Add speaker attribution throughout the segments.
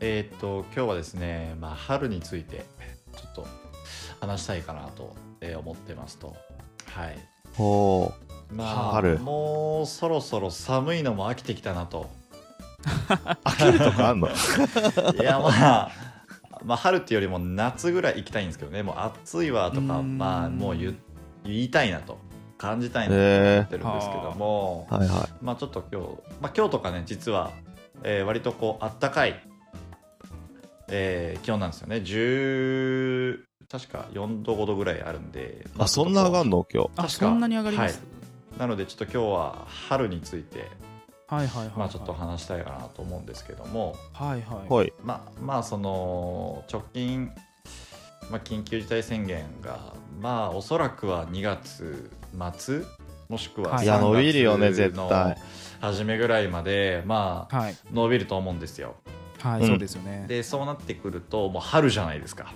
Speaker 1: えーっと今日はですね、まあ、春についてちょっと話したいかなとえー思ってますと。はい。
Speaker 2: ほ
Speaker 1: まあ
Speaker 2: 春
Speaker 1: もうそろそろ寒いのも飽きてきたな と。
Speaker 2: う。るとかあ んの
Speaker 1: いやまあ。まあ、春っていうよりも夏ぐらい行きたいんですけどねもう暑いわとか
Speaker 3: うん
Speaker 1: まあもう言言いたいなと感じたいなと思
Speaker 2: え
Speaker 1: ってるんですけども、
Speaker 2: えはいは
Speaker 1: まあちょっと今日、まあ、今日とかね実は、えー割とこうあったかい、えー気温なんですよね10確か4度5度ぐらいあるんで
Speaker 2: い。あ、そんな上が
Speaker 1: る
Speaker 2: んの今日。
Speaker 3: あ
Speaker 1: 確か
Speaker 3: そんなに上がります、
Speaker 1: なのでちょっと今日は春について、
Speaker 3: はい、はいはいはい
Speaker 1: まあ、ちょっと話したいかなと思うんですけども、
Speaker 3: はいはい
Speaker 2: はい。
Speaker 1: まあまあその直近、まあ、緊急事態宣言がまあおそらくは2月末もしくは3
Speaker 3: は
Speaker 1: 月
Speaker 3: いいや
Speaker 2: 伸びるよね
Speaker 1: の
Speaker 2: 絶対
Speaker 1: 初めぐらいまでまあ
Speaker 3: はい、
Speaker 1: 伸びると思うんですよ
Speaker 3: はい
Speaker 2: うん
Speaker 3: そうですよね
Speaker 1: でそうなってくるともう春じゃないですか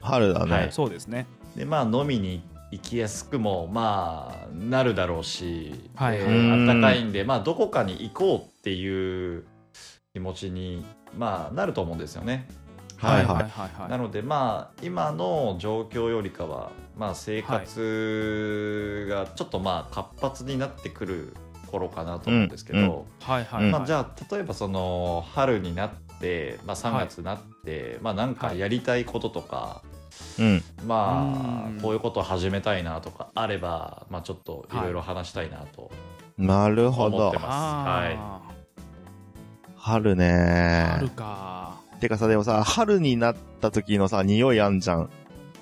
Speaker 2: 春だね。
Speaker 1: はい
Speaker 3: そうですね
Speaker 1: でまあ飲みに行きやすくもまあなるだろうし、
Speaker 3: はい
Speaker 1: で
Speaker 2: うん
Speaker 1: 暖かいんでまあどこかに行こうっていう気持ちに、まあ、なると思うんですよね。
Speaker 2: はいはい
Speaker 3: はいはい
Speaker 1: なのでまあ今の状況よりかは、まあ、生活がちょっとまあ活発になってくる頃かなと思うんですけど、
Speaker 2: うん
Speaker 3: はいはいはい
Speaker 1: まあ、じゃあ例えばその春になって、まあ、3月になって、まあ、なんかやりたいこととか、
Speaker 2: うん。
Speaker 1: ま
Speaker 3: う
Speaker 1: あ
Speaker 3: ん
Speaker 1: こういうことを始めたいなとかあれば、まあ、ちょっといろいろ話したいなと、
Speaker 2: なるほ
Speaker 1: 思っ
Speaker 2: ど
Speaker 1: て。ます
Speaker 3: あ
Speaker 2: 春
Speaker 3: ーあ
Speaker 2: ね
Speaker 3: るか
Speaker 2: てかさ、でもさ、春になった時のさ、匂いあんじゃん。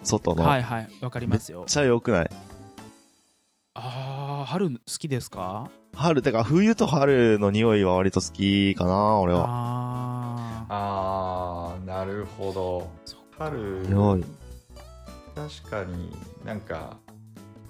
Speaker 2: 外の。
Speaker 3: はいはいわかりますよ
Speaker 2: めっちゃ良くない
Speaker 3: ああ春好きですか
Speaker 2: 春、てか冬と春の匂いは割と好きかな、俺は。
Speaker 3: ああ
Speaker 1: ああなるほど
Speaker 3: そっ
Speaker 1: 春
Speaker 2: 匂い。
Speaker 1: 確かになんか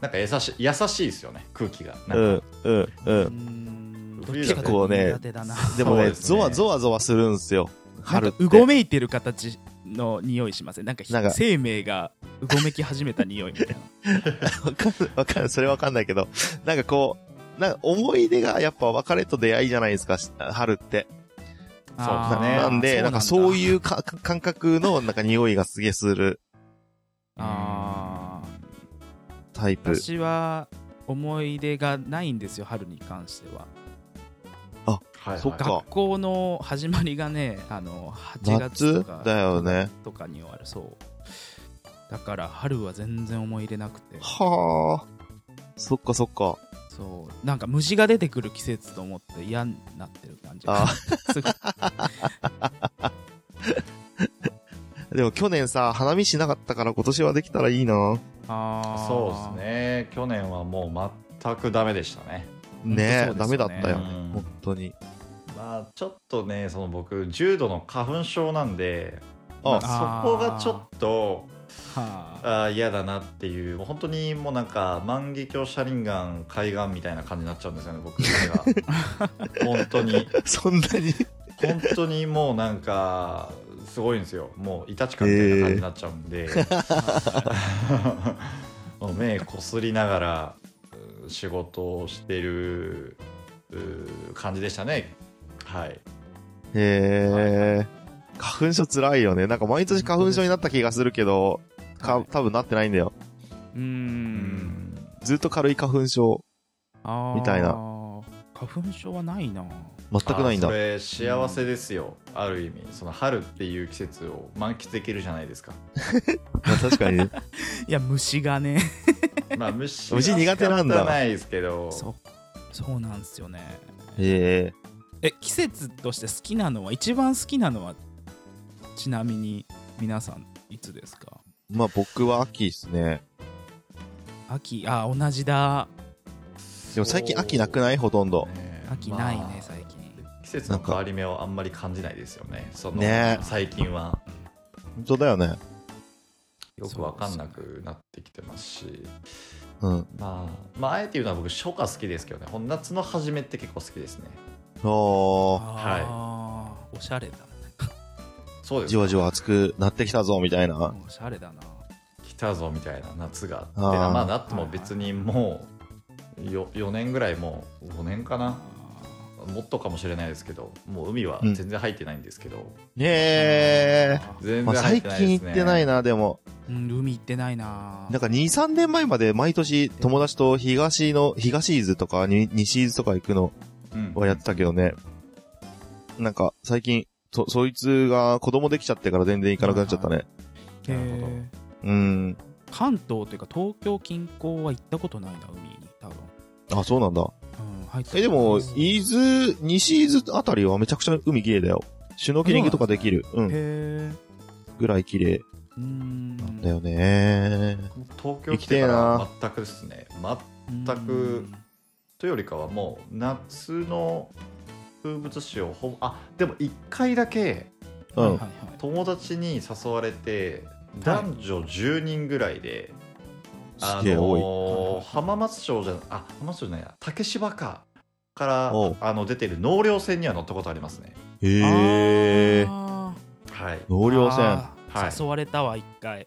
Speaker 1: なんか優し優しいですよね空気がな
Speaker 2: うんん、うん、うん。
Speaker 3: ん
Speaker 1: 冬
Speaker 2: だね結構ね
Speaker 3: 苦手だな
Speaker 2: でも
Speaker 1: そう
Speaker 2: ね、
Speaker 1: です
Speaker 2: ゾ
Speaker 1: ね
Speaker 2: ワゾワゾワするんすよ。春
Speaker 3: な
Speaker 2: っ
Speaker 3: んか
Speaker 2: て。
Speaker 3: う ごめいてる形の匂いしませんなんか
Speaker 2: なんか
Speaker 3: 生命がうごめき始めか始めた匂 いみたいな
Speaker 2: わかんない、わかんない、それわかんないけど、なんかこう、なんか思い出がやっぱ別れと出会いじゃないですか、し春って。
Speaker 1: あ
Speaker 2: な
Speaker 1: ーね
Speaker 2: なんで、なんかそう
Speaker 3: う
Speaker 2: いうかか感覚のなんか匂いがすげえする
Speaker 3: あー
Speaker 2: タイプ。
Speaker 3: 私は思い出がないんですよ春に関しては
Speaker 1: はいはい
Speaker 2: そっか
Speaker 3: 学校の始まりがねあの8月と
Speaker 2: 夏
Speaker 3: か
Speaker 2: だよね。
Speaker 3: とかに終わるそうだから春は全然思い入れなくて
Speaker 2: はあ。そっかそっか。
Speaker 3: そうなんか虫が出てくる季節と思って嫌になってる感じが
Speaker 2: あ
Speaker 3: すごい
Speaker 2: でも去年さ、花見しなかったから今年はできたらいいな。
Speaker 3: あー
Speaker 1: そうですね去年はもう全くダメでしたね
Speaker 2: ねえ、
Speaker 3: 本当そうですよね
Speaker 2: ダメだったよね。
Speaker 1: うん
Speaker 2: 本当に。
Speaker 1: まあちょっとねその僕重度の花粉症なんでま
Speaker 2: あ
Speaker 1: あそこがちょっと
Speaker 3: はあ
Speaker 1: あー嫌だなっていうもう本当にもうなんか万華鏡車輪岩海岸みたいな感じになっちゃうんですよね僕が 本当に
Speaker 2: そんなに
Speaker 1: 本当にもうなんかすごいんですよもうイタチかみたいな感じになっちゃうん で、もう目こすりながらうん仕事をしてるうん感じでしたねはい
Speaker 2: へえ。花粉症つらいよね。なんか毎年花粉症になった気がするけど、か、多分なってないんだよ。
Speaker 3: うー
Speaker 1: うんん
Speaker 2: ずっと軽い花粉症。
Speaker 3: あー
Speaker 2: みたいな
Speaker 3: 花粉症はないな
Speaker 2: 全くないんだ
Speaker 1: あ。ーそれ幸せですよ、ある意味その春っていう季節を満喫できるじゃないですか
Speaker 2: まあ確かにね。
Speaker 3: いや虫がね
Speaker 1: まあ虫
Speaker 2: 虫苦手なんだ
Speaker 1: は仕方ないですけど
Speaker 3: そうそうなんですよね
Speaker 2: へえ。
Speaker 3: え季節として好きなのは一番好きなのはちなみに皆さんいつですか
Speaker 2: まあ僕は秋ですね。
Speaker 3: 秋あ同じだ
Speaker 2: でも最近秋なくないほとんど。
Speaker 1: ね
Speaker 3: 秋ないね、
Speaker 1: まあ
Speaker 3: 最近
Speaker 1: 季節の変わり目をあんまり感じないですよねその
Speaker 2: ね
Speaker 1: 最近は
Speaker 2: 本当だよね。
Speaker 1: よくわかんなくなってきてますし
Speaker 2: うん。
Speaker 1: まあ、まああえて言うのは僕初夏好きですけどねほん夏の初めって結構好きですね
Speaker 2: おー。
Speaker 1: はい
Speaker 3: あーおしゃれだ
Speaker 1: そうです
Speaker 2: じわじわ暑くなってきたぞ、みたいな。
Speaker 3: おしゃれだな
Speaker 1: 来たぞみたいな夏がって
Speaker 2: あー
Speaker 1: なまあなっても別にもうよ4年ぐらいもう5年かな
Speaker 3: あ
Speaker 1: もっとかもしれないですけどもう海は
Speaker 2: うん
Speaker 1: 全然入ってないんですけど、
Speaker 2: へえ。
Speaker 1: 全
Speaker 2: ま
Speaker 1: 然
Speaker 2: あ、
Speaker 1: 入って
Speaker 2: 最
Speaker 1: ないですね
Speaker 2: 近行ってないな、でも。
Speaker 3: うん、海行ってないな
Speaker 2: なんか2、3年前まで毎年友達と東の、東伊豆とかに西伊豆とか行くの
Speaker 1: うん
Speaker 2: はやってたけどね。なんか最近、そ、そいつが子供できちゃってから全然行かなくなっちゃったね。
Speaker 3: へー
Speaker 1: なるほど
Speaker 2: うん。
Speaker 3: 関東というか東京近郊は行ったことないな海に多分、
Speaker 2: あ、そうなんだ。
Speaker 3: うん、入ったこと
Speaker 2: え、でも、
Speaker 3: ない
Speaker 2: 伊豆、西伊豆あたりはめちゃくちゃ海綺麗だよ。シュノーケリングとかできる。う
Speaker 3: へ
Speaker 2: ん。
Speaker 3: え
Speaker 2: ぐらい綺麗
Speaker 3: うーん
Speaker 2: なんだよね。
Speaker 1: 東京来てから全くですねま全くというよりかはもう夏の風物詩をほぼあでも1回だけ
Speaker 3: うん
Speaker 2: うん
Speaker 3: はいはいはい
Speaker 1: 友達に誘われて男女10人ぐらいで、
Speaker 2: す
Speaker 1: あ
Speaker 2: げえ多い。
Speaker 1: のー浜松町じゃあ浜松町じゃないや竹芝かから
Speaker 2: おう
Speaker 1: あの出てる納涼船には乗ったことありますね
Speaker 2: へえ。
Speaker 3: あ
Speaker 1: はい
Speaker 2: 納涼船。
Speaker 3: あー
Speaker 1: はい
Speaker 3: 誘われたわ一回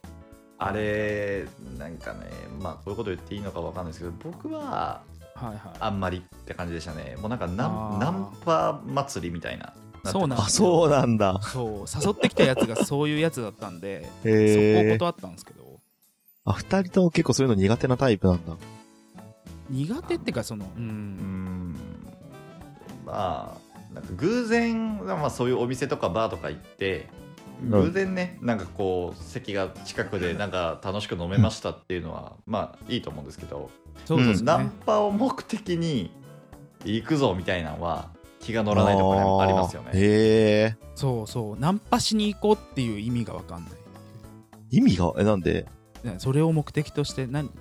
Speaker 1: あれなんかねまあこういうこと言っていいのかわかんないですけど僕は
Speaker 3: はいはい
Speaker 1: あんまりって感じでしたねもうなんかナ
Speaker 3: あー
Speaker 1: ンナンパ祭りみたいな
Speaker 3: そうなん
Speaker 1: だ
Speaker 2: あ、そうなんだ。
Speaker 3: そう誘ってきたやつがそういうやつだったんでそこ
Speaker 2: へ
Speaker 3: を
Speaker 2: え。
Speaker 3: 断ったんですけど
Speaker 2: あ、二人とも結構そういうの苦手なタイプなんだ。
Speaker 3: 苦手っていうかそのう
Speaker 1: うー
Speaker 3: ん
Speaker 1: んまあなんか偶然、まあ、そういうお店とかバーとか行って
Speaker 2: ん
Speaker 1: 偶然ね、なんかこう席が近くでなんか楽しく飲めましたっていうのは、まあいいと思うんですけど、
Speaker 3: そうです
Speaker 1: ナ
Speaker 3: ね
Speaker 1: ンパを目的に行くぞみたいなのは気が乗らないところもありますよ
Speaker 2: あー
Speaker 1: ね。
Speaker 2: へえ。
Speaker 3: そうそうナンパしに行こうっていう意味がわかんない
Speaker 2: 意味が、え、なんで
Speaker 3: ねそれを目的として何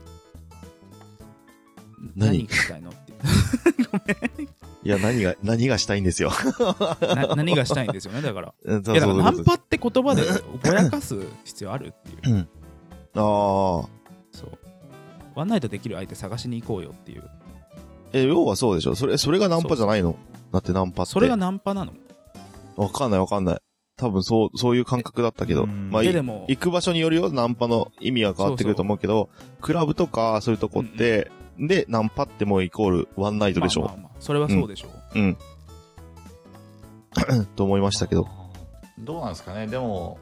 Speaker 2: 何
Speaker 3: 何がしたいのって
Speaker 2: いや、何が、 何がしたいんですよ。
Speaker 3: な 何がしたいんですよねだから
Speaker 2: うん そ
Speaker 3: いうやだ
Speaker 2: そ
Speaker 3: か
Speaker 2: う
Speaker 3: ら
Speaker 2: そう
Speaker 3: ナンパって言葉でぼやかす必要あるっていう
Speaker 2: ああ。
Speaker 3: そうワンナイトできる相手探しに行こうよっていう
Speaker 2: え、要はそうでしょ。それ、それがナンパじゃないのだってナンパって。
Speaker 3: それがナンパなの
Speaker 2: わかんないわかんない。多分そう、そういう感覚だったけど。
Speaker 1: うん
Speaker 2: まあ、
Speaker 3: い
Speaker 2: い
Speaker 3: やでも
Speaker 2: 行く場所によるよ、ナンパの意味は変わってくると思うけど、クラブとかそういうとこって、で、ナンパってもうイコールワンナイトでしょ。
Speaker 3: まあまあまあそれはそうでしょう、
Speaker 2: うん。と思いましたけど。
Speaker 1: あーどうなんですかねでも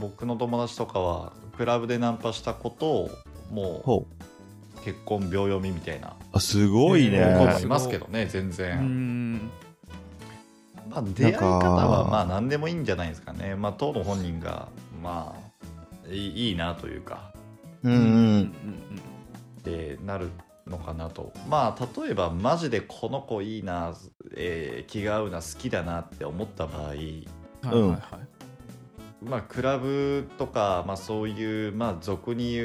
Speaker 1: 僕の友達とかはクラブでナンパしたことをも
Speaker 2: ほう。
Speaker 1: う結婚秒読みみたいな
Speaker 2: あ、すごいね。
Speaker 3: えー
Speaker 1: 僕もいますけどね全
Speaker 3: う
Speaker 1: 然。
Speaker 3: ーん
Speaker 1: まあ、出会い方はまあ何でもいいんじゃないですかね、まあ、当の本人がまあいいいいなというか
Speaker 2: う
Speaker 3: うん
Speaker 2: うん。
Speaker 1: ってなるのかなとまあ例えばマジでこの子いいな、えー気が合うな好きだなって思った場合
Speaker 3: うんうんはいはいはい
Speaker 1: まあクラブとか、まあ、そういうまあ俗に言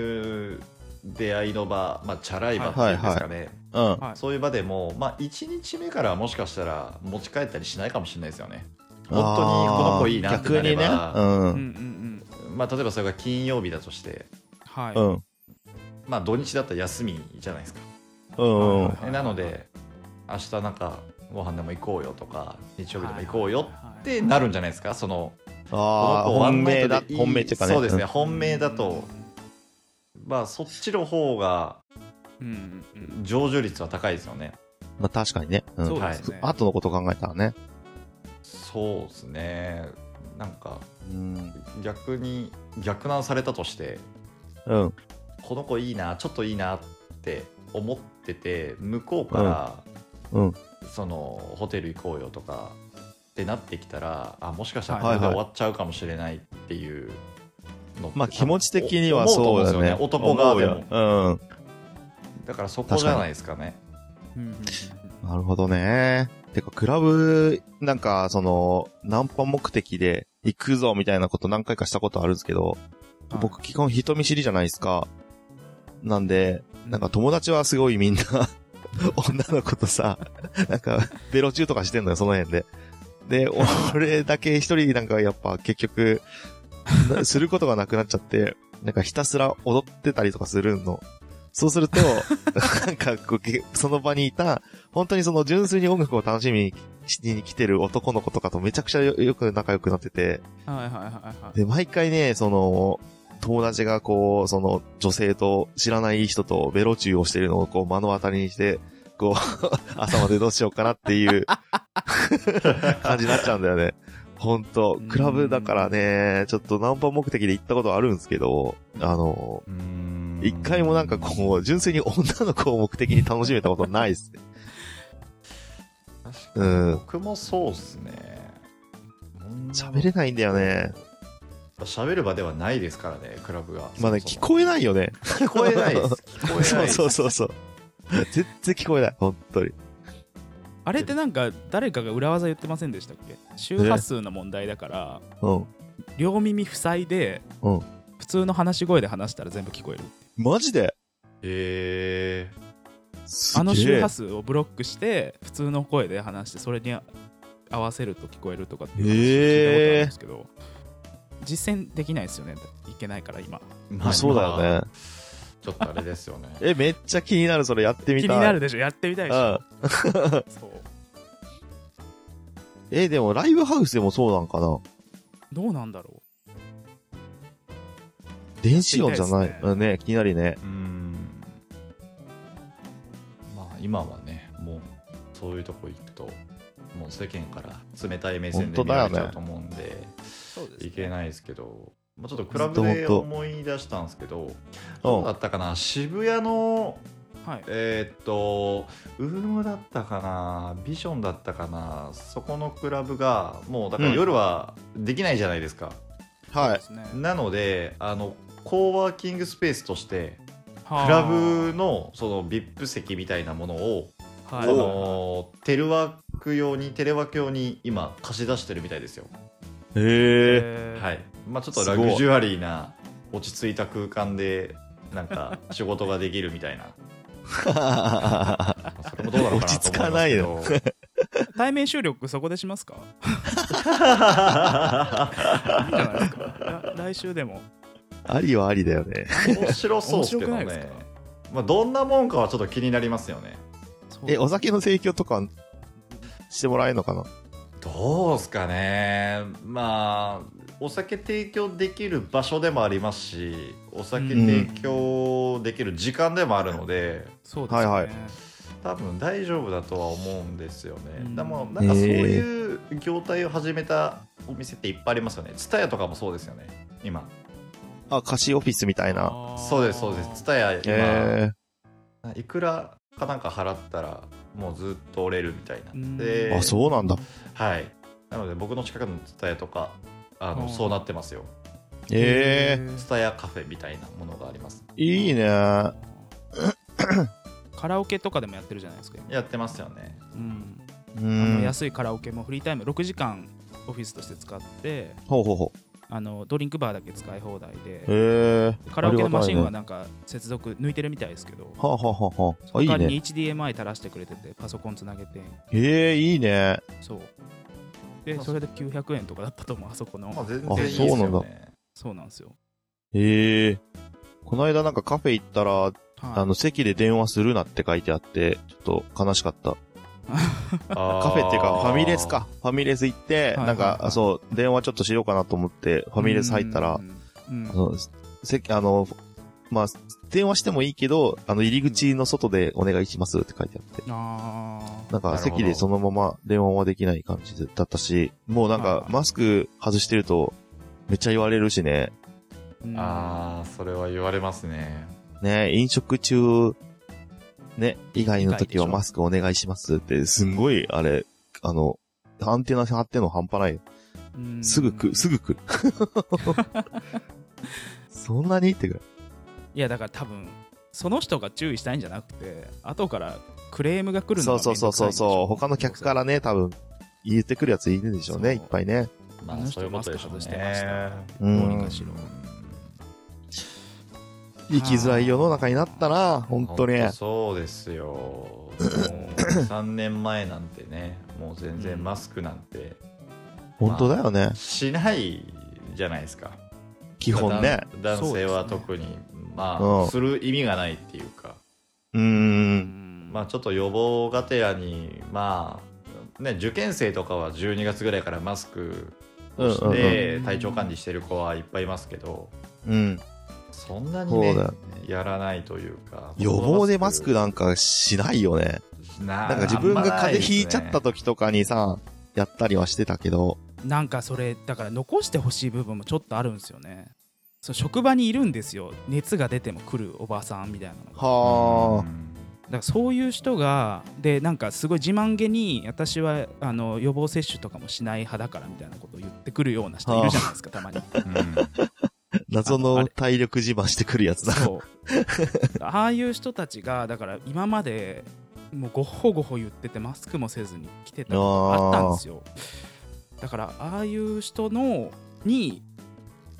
Speaker 1: う出会いの場、まあ、チャラい場っていうんですかね、
Speaker 2: うん。
Speaker 3: はい
Speaker 1: そういう場でも、まあ、1日目からはもしかしたら持ち帰ったりしないかもしれないですよね本当にこの子いいなってなれば
Speaker 2: 逆に
Speaker 3: うん
Speaker 2: ね。
Speaker 3: うん
Speaker 1: まあ、例えばそれが金曜日だとして、
Speaker 3: はい
Speaker 2: うん。うん。
Speaker 1: まあ、土日だったら休みじゃないですか、
Speaker 2: うん。うん
Speaker 3: はい
Speaker 1: なので明日なんかご飯でも行こうよとか日曜日でも行こうよっ
Speaker 3: はい
Speaker 1: てなるんじゃないですかその
Speaker 2: ああ、
Speaker 1: この子ワ
Speaker 2: 本
Speaker 1: ンナ
Speaker 2: 命
Speaker 1: イ
Speaker 2: だ
Speaker 1: トで。いい
Speaker 2: 本命っていうかね。
Speaker 1: そうですね、
Speaker 2: ん。
Speaker 1: 本命だと、まあ、そっちの方が
Speaker 3: うんうんうん
Speaker 1: 上場率は高いですよね
Speaker 2: まあ確かにね。う。
Speaker 3: そうんですね、
Speaker 2: 後のこと考えたらね。
Speaker 1: そうですねなんか
Speaker 2: うん。
Speaker 1: 逆に逆難されたとして
Speaker 2: うん。
Speaker 1: この子いいなちょっといいなって思ってて向こうから、
Speaker 2: うん。
Speaker 1: そのホテル行こうよとかってなってきたらあもしかしたらこ
Speaker 2: はい
Speaker 1: れで終わっちゃうかもしれないっていうのって
Speaker 2: まあ気持ち的に
Speaker 1: お
Speaker 2: は
Speaker 1: 思と思
Speaker 2: そうだ
Speaker 1: んです
Speaker 2: ね
Speaker 1: よ。男側で
Speaker 2: 思
Speaker 1: も
Speaker 2: うようん。
Speaker 1: だからそこじゃないですかね
Speaker 3: うんうんうん
Speaker 2: なるほどね。てか、クラブ、なんか、その、ナンパ目的で行くぞみたいなこと何回かしたことあるんですけど、
Speaker 3: はい
Speaker 2: 僕基本人見知りじゃないですか。なんで、なんか友達はすごいみんな、 女の子とさ、なんか、ベロ中とかしてんのよ、その辺で。で、俺だけ一人なんかやっぱ結局、なすることがなくなっちゃって、なんかひたすら踊ってたりとかするの。そうすると、 なんかこうげ、その場にいた、本当にその純粋に音楽を楽しみにしに来てる男の子とかとめちゃくちゃよよく仲良くなってて、
Speaker 3: はいはいはいはい
Speaker 2: で、毎回ね、その、友達がこう、その、女性と知らない 人 とベロチューをしてるのをこう、目の当たりにして、こう、朝までどうしようかなっていう感じになっちゃうんだよね。ほんと、クラブだからね、ちょっとナンパ目的で行ったことあるんですけど、あの、
Speaker 1: うん
Speaker 2: 一回もなんかこう、純粋に女の子を目的に楽しめたことないっすね。
Speaker 1: 確か
Speaker 2: う
Speaker 1: に
Speaker 2: ん。
Speaker 1: 僕もそうっすね
Speaker 2: 喋れないんだよね。
Speaker 1: 喋る場ではないですからねクラブが
Speaker 2: まあね、聞こえないよね。
Speaker 1: 聞こえないです聞こえ
Speaker 2: そ
Speaker 1: な
Speaker 2: う
Speaker 1: い
Speaker 2: そうそうそう。全然聞こえない、本当に。
Speaker 3: あれってなんか誰かが裏技言ってませんでしたっけ周波数の問題だから
Speaker 2: うん。
Speaker 3: 両耳塞いで
Speaker 2: うん
Speaker 3: 普通の話し声で話したら全部聞こえる
Speaker 2: マジで
Speaker 1: え
Speaker 2: すげえ
Speaker 3: あの周波数をブロックして普通の声で話してそれに合わせると聞こえるとかっていう話を聞いたことあるんですけど、実践できないですよねいけないから今
Speaker 1: ーま
Speaker 2: あそうだ
Speaker 1: まあ
Speaker 2: よね。
Speaker 1: ちょっとあれですよね
Speaker 2: え、めっちゃ気になる、それやってみ
Speaker 3: 気
Speaker 2: たい。
Speaker 3: になるでしょやってみたいでしょ、そ
Speaker 2: う
Speaker 3: う
Speaker 2: ん。え、でもライブハウスでもそうなんかな
Speaker 3: どうなんだろ
Speaker 2: 電子音じゃない。
Speaker 3: やってみたいですね
Speaker 2: うんね、気になりね。
Speaker 1: うんまあ今はねもうそういうとこ行くともう世間から冷たい目線で見
Speaker 2: 本当だ
Speaker 1: ら
Speaker 2: よ
Speaker 1: れ
Speaker 2: ね
Speaker 1: ちゃうと思うんで、
Speaker 3: うそうです、
Speaker 1: いけないですけど、まあ、ちょっとクラブ
Speaker 2: 本
Speaker 1: で
Speaker 2: 当
Speaker 1: 思い出したんですけどどうだったかな渋谷の
Speaker 3: はい、
Speaker 1: えーっとウームだったかなビジョンだったかなそこのクラブがもうだから
Speaker 2: うん
Speaker 1: 夜はできないじゃないですか、
Speaker 2: は
Speaker 3: そう
Speaker 2: い
Speaker 3: で。すね
Speaker 1: なのであのコーワーキングスペースとして
Speaker 3: はあ
Speaker 1: クラブのその VIP 席みたいなものを、
Speaker 3: は
Speaker 1: あ
Speaker 3: い
Speaker 1: のテレワーク用にテレワーク用に今貸し出してるみたいですよ、
Speaker 2: へえ。
Speaker 3: えー
Speaker 1: はいまあ、ちょっとラグジュアリーな落ち着いた空間でなん か仕事ができるみた いなまあそれもどうなのかなと思いますけど
Speaker 2: 落ち着かないよ
Speaker 3: 対面収録そこでしますかいいんじゃないですから来週でも
Speaker 2: ありはありだよね。
Speaker 1: 面白そうですけど
Speaker 3: 面白くないです
Speaker 1: ね
Speaker 3: か。
Speaker 1: まあ、どんなもんかはちょっと気になりますよね。
Speaker 3: そう
Speaker 2: え、お酒の提供とかしてもらえるのかな
Speaker 1: どうすかね。まあ、お酒提供できる場所でもありますし、お酒提供できる時間でもあるので、
Speaker 3: そうですよね、
Speaker 2: はいはい
Speaker 1: 多分大丈夫だとは思うんですよ
Speaker 3: う
Speaker 1: ね。
Speaker 3: ん
Speaker 1: でも、なんかそういう業態を始めたお店っていっぱいありますよね。ツタヤとかもそうですよね。今。
Speaker 2: あ、貸しオフィスみたいな。
Speaker 3: あー
Speaker 1: そうです、そうです。ツタヤ今、
Speaker 2: へ
Speaker 1: いくらかなんか払ったら、もうずっと折れるみたいな。
Speaker 3: うん
Speaker 2: え
Speaker 1: で
Speaker 2: あ、そうなんだ。
Speaker 1: はい。なので僕の近くの蔦屋とか、あ
Speaker 3: う
Speaker 1: の
Speaker 3: ん
Speaker 1: そうなってますよ。
Speaker 2: へえ。
Speaker 1: 蔦屋カフェみたいなものがあります。
Speaker 2: いいね。あ
Speaker 3: カラオケとかでもやってるじゃないですか、今
Speaker 1: やってますよね。
Speaker 3: うんあの
Speaker 2: の
Speaker 3: 安いカラオケもフリータイム6時間オフィスとして使って
Speaker 2: ほうほうほ
Speaker 3: あのドリンクバーだけ使い放題で
Speaker 2: う。へえ。
Speaker 3: カラオケのマシ
Speaker 2: あ
Speaker 3: ンは
Speaker 2: りが
Speaker 3: なんか接続抜いてるみたいですけ
Speaker 2: たい
Speaker 3: ど
Speaker 2: ねはあ、はあはあはあ、あ、い
Speaker 3: 代
Speaker 2: い
Speaker 3: わり
Speaker 2: ね。
Speaker 3: に HDMI 垂らしてくれててパソコンつなげて
Speaker 2: へえ、いいね。
Speaker 3: そうでそれで900円とかだったと思うあそこの
Speaker 1: まあ全然い
Speaker 2: あ
Speaker 1: いですよ
Speaker 2: そうなんだ
Speaker 1: ね。
Speaker 3: そうなんですよ
Speaker 2: へえ。この間なんかカフェ行ったら、
Speaker 3: はい
Speaker 2: あの、席で電話するなって書いてあって、ちょっと悲しかった。カ
Speaker 1: カ
Speaker 2: フェっていうか、ファミレスか。。ファミレス行って、
Speaker 3: は
Speaker 2: なん
Speaker 3: いはいは
Speaker 2: か、
Speaker 3: い
Speaker 2: そう、電話ちょっとしようかなと思って、ファミレス入ったら
Speaker 3: う、んうん
Speaker 2: あの、席、あの、まあ、電話してもいいけど、あの、入り口の外でお願いしますって書いてあって。
Speaker 3: あー
Speaker 2: なん
Speaker 1: な
Speaker 2: か
Speaker 1: るほど
Speaker 2: 席でそのまま電話はできない感じだったし、もうなん
Speaker 3: はい
Speaker 2: か
Speaker 3: はい
Speaker 2: マスク外してるとめっちゃ言われるしね。
Speaker 3: うん
Speaker 1: ああ、それは言われますね。
Speaker 2: ね、飲食中、ね、以外の
Speaker 3: 以外で
Speaker 2: 時
Speaker 3: し
Speaker 2: は
Speaker 3: ょ
Speaker 2: マスクお願いしますって、すんごいあれ、あの、アンテナ張ってんの半端ないよ。
Speaker 3: うん
Speaker 2: すぐく、すぐくる。そんなにってくらい。
Speaker 3: いやだから多分その人が注意したいんじゃなくて後からクレームが来るの
Speaker 2: そう
Speaker 3: が
Speaker 2: そうそうそうそう。他の客かららね、多分、言ってくるやついるでしょうね、い
Speaker 3: そ
Speaker 2: っ
Speaker 3: う
Speaker 2: ぱいね。
Speaker 1: ま
Speaker 3: あ
Speaker 1: あ
Speaker 3: の人
Speaker 1: そういうことでしょう
Speaker 3: マスク外してました
Speaker 1: ね。
Speaker 2: うん
Speaker 3: どうにかしろ
Speaker 2: 生きづらい世の中になったな、本当に。
Speaker 1: そうですよ。もう3年前なんてね、もう全然マスクなんて
Speaker 2: 本当だよね。
Speaker 1: しないじゃないですか。
Speaker 2: 基本ね。
Speaker 1: だん男性は
Speaker 3: そうですね
Speaker 1: 特に、まあ、
Speaker 2: うん
Speaker 1: する意味がないっていうか、
Speaker 2: うーん。
Speaker 1: まあ、ちょっと予防がてらにまあね受験生とかは12月ぐらいからマスク
Speaker 2: うんうんうん
Speaker 1: で体調管理してる子はいっぱいいますけど、
Speaker 2: うん。
Speaker 1: そんなに
Speaker 2: そう
Speaker 1: ね
Speaker 2: だよね。
Speaker 1: やらないというか
Speaker 2: 予防でマスクなんかしないよね。
Speaker 1: な
Speaker 2: なんか自分が風邪ひいちゃった時とかにさ、やったりはしてたけど、
Speaker 3: なんかそれだから残してほしい部分もちょっとあるんですよねそう職場にいるんですよ熱が出ても来るおばさんみたいなのが
Speaker 2: は
Speaker 3: だからそういう人がでなんかすごい自慢げに私はあの予防接種とかもしない派だからみたいなことを言ってくるような人いるじゃないですかたまに
Speaker 1: あ、うん
Speaker 2: あ、謎
Speaker 3: あのあ
Speaker 2: の
Speaker 3: れ
Speaker 2: 体力自慢してくるやつだ。
Speaker 3: そう ああいう人たちがだから今までもうごほごほ言っててマスクもせずに来てたことがあったんですよだからああいう人のに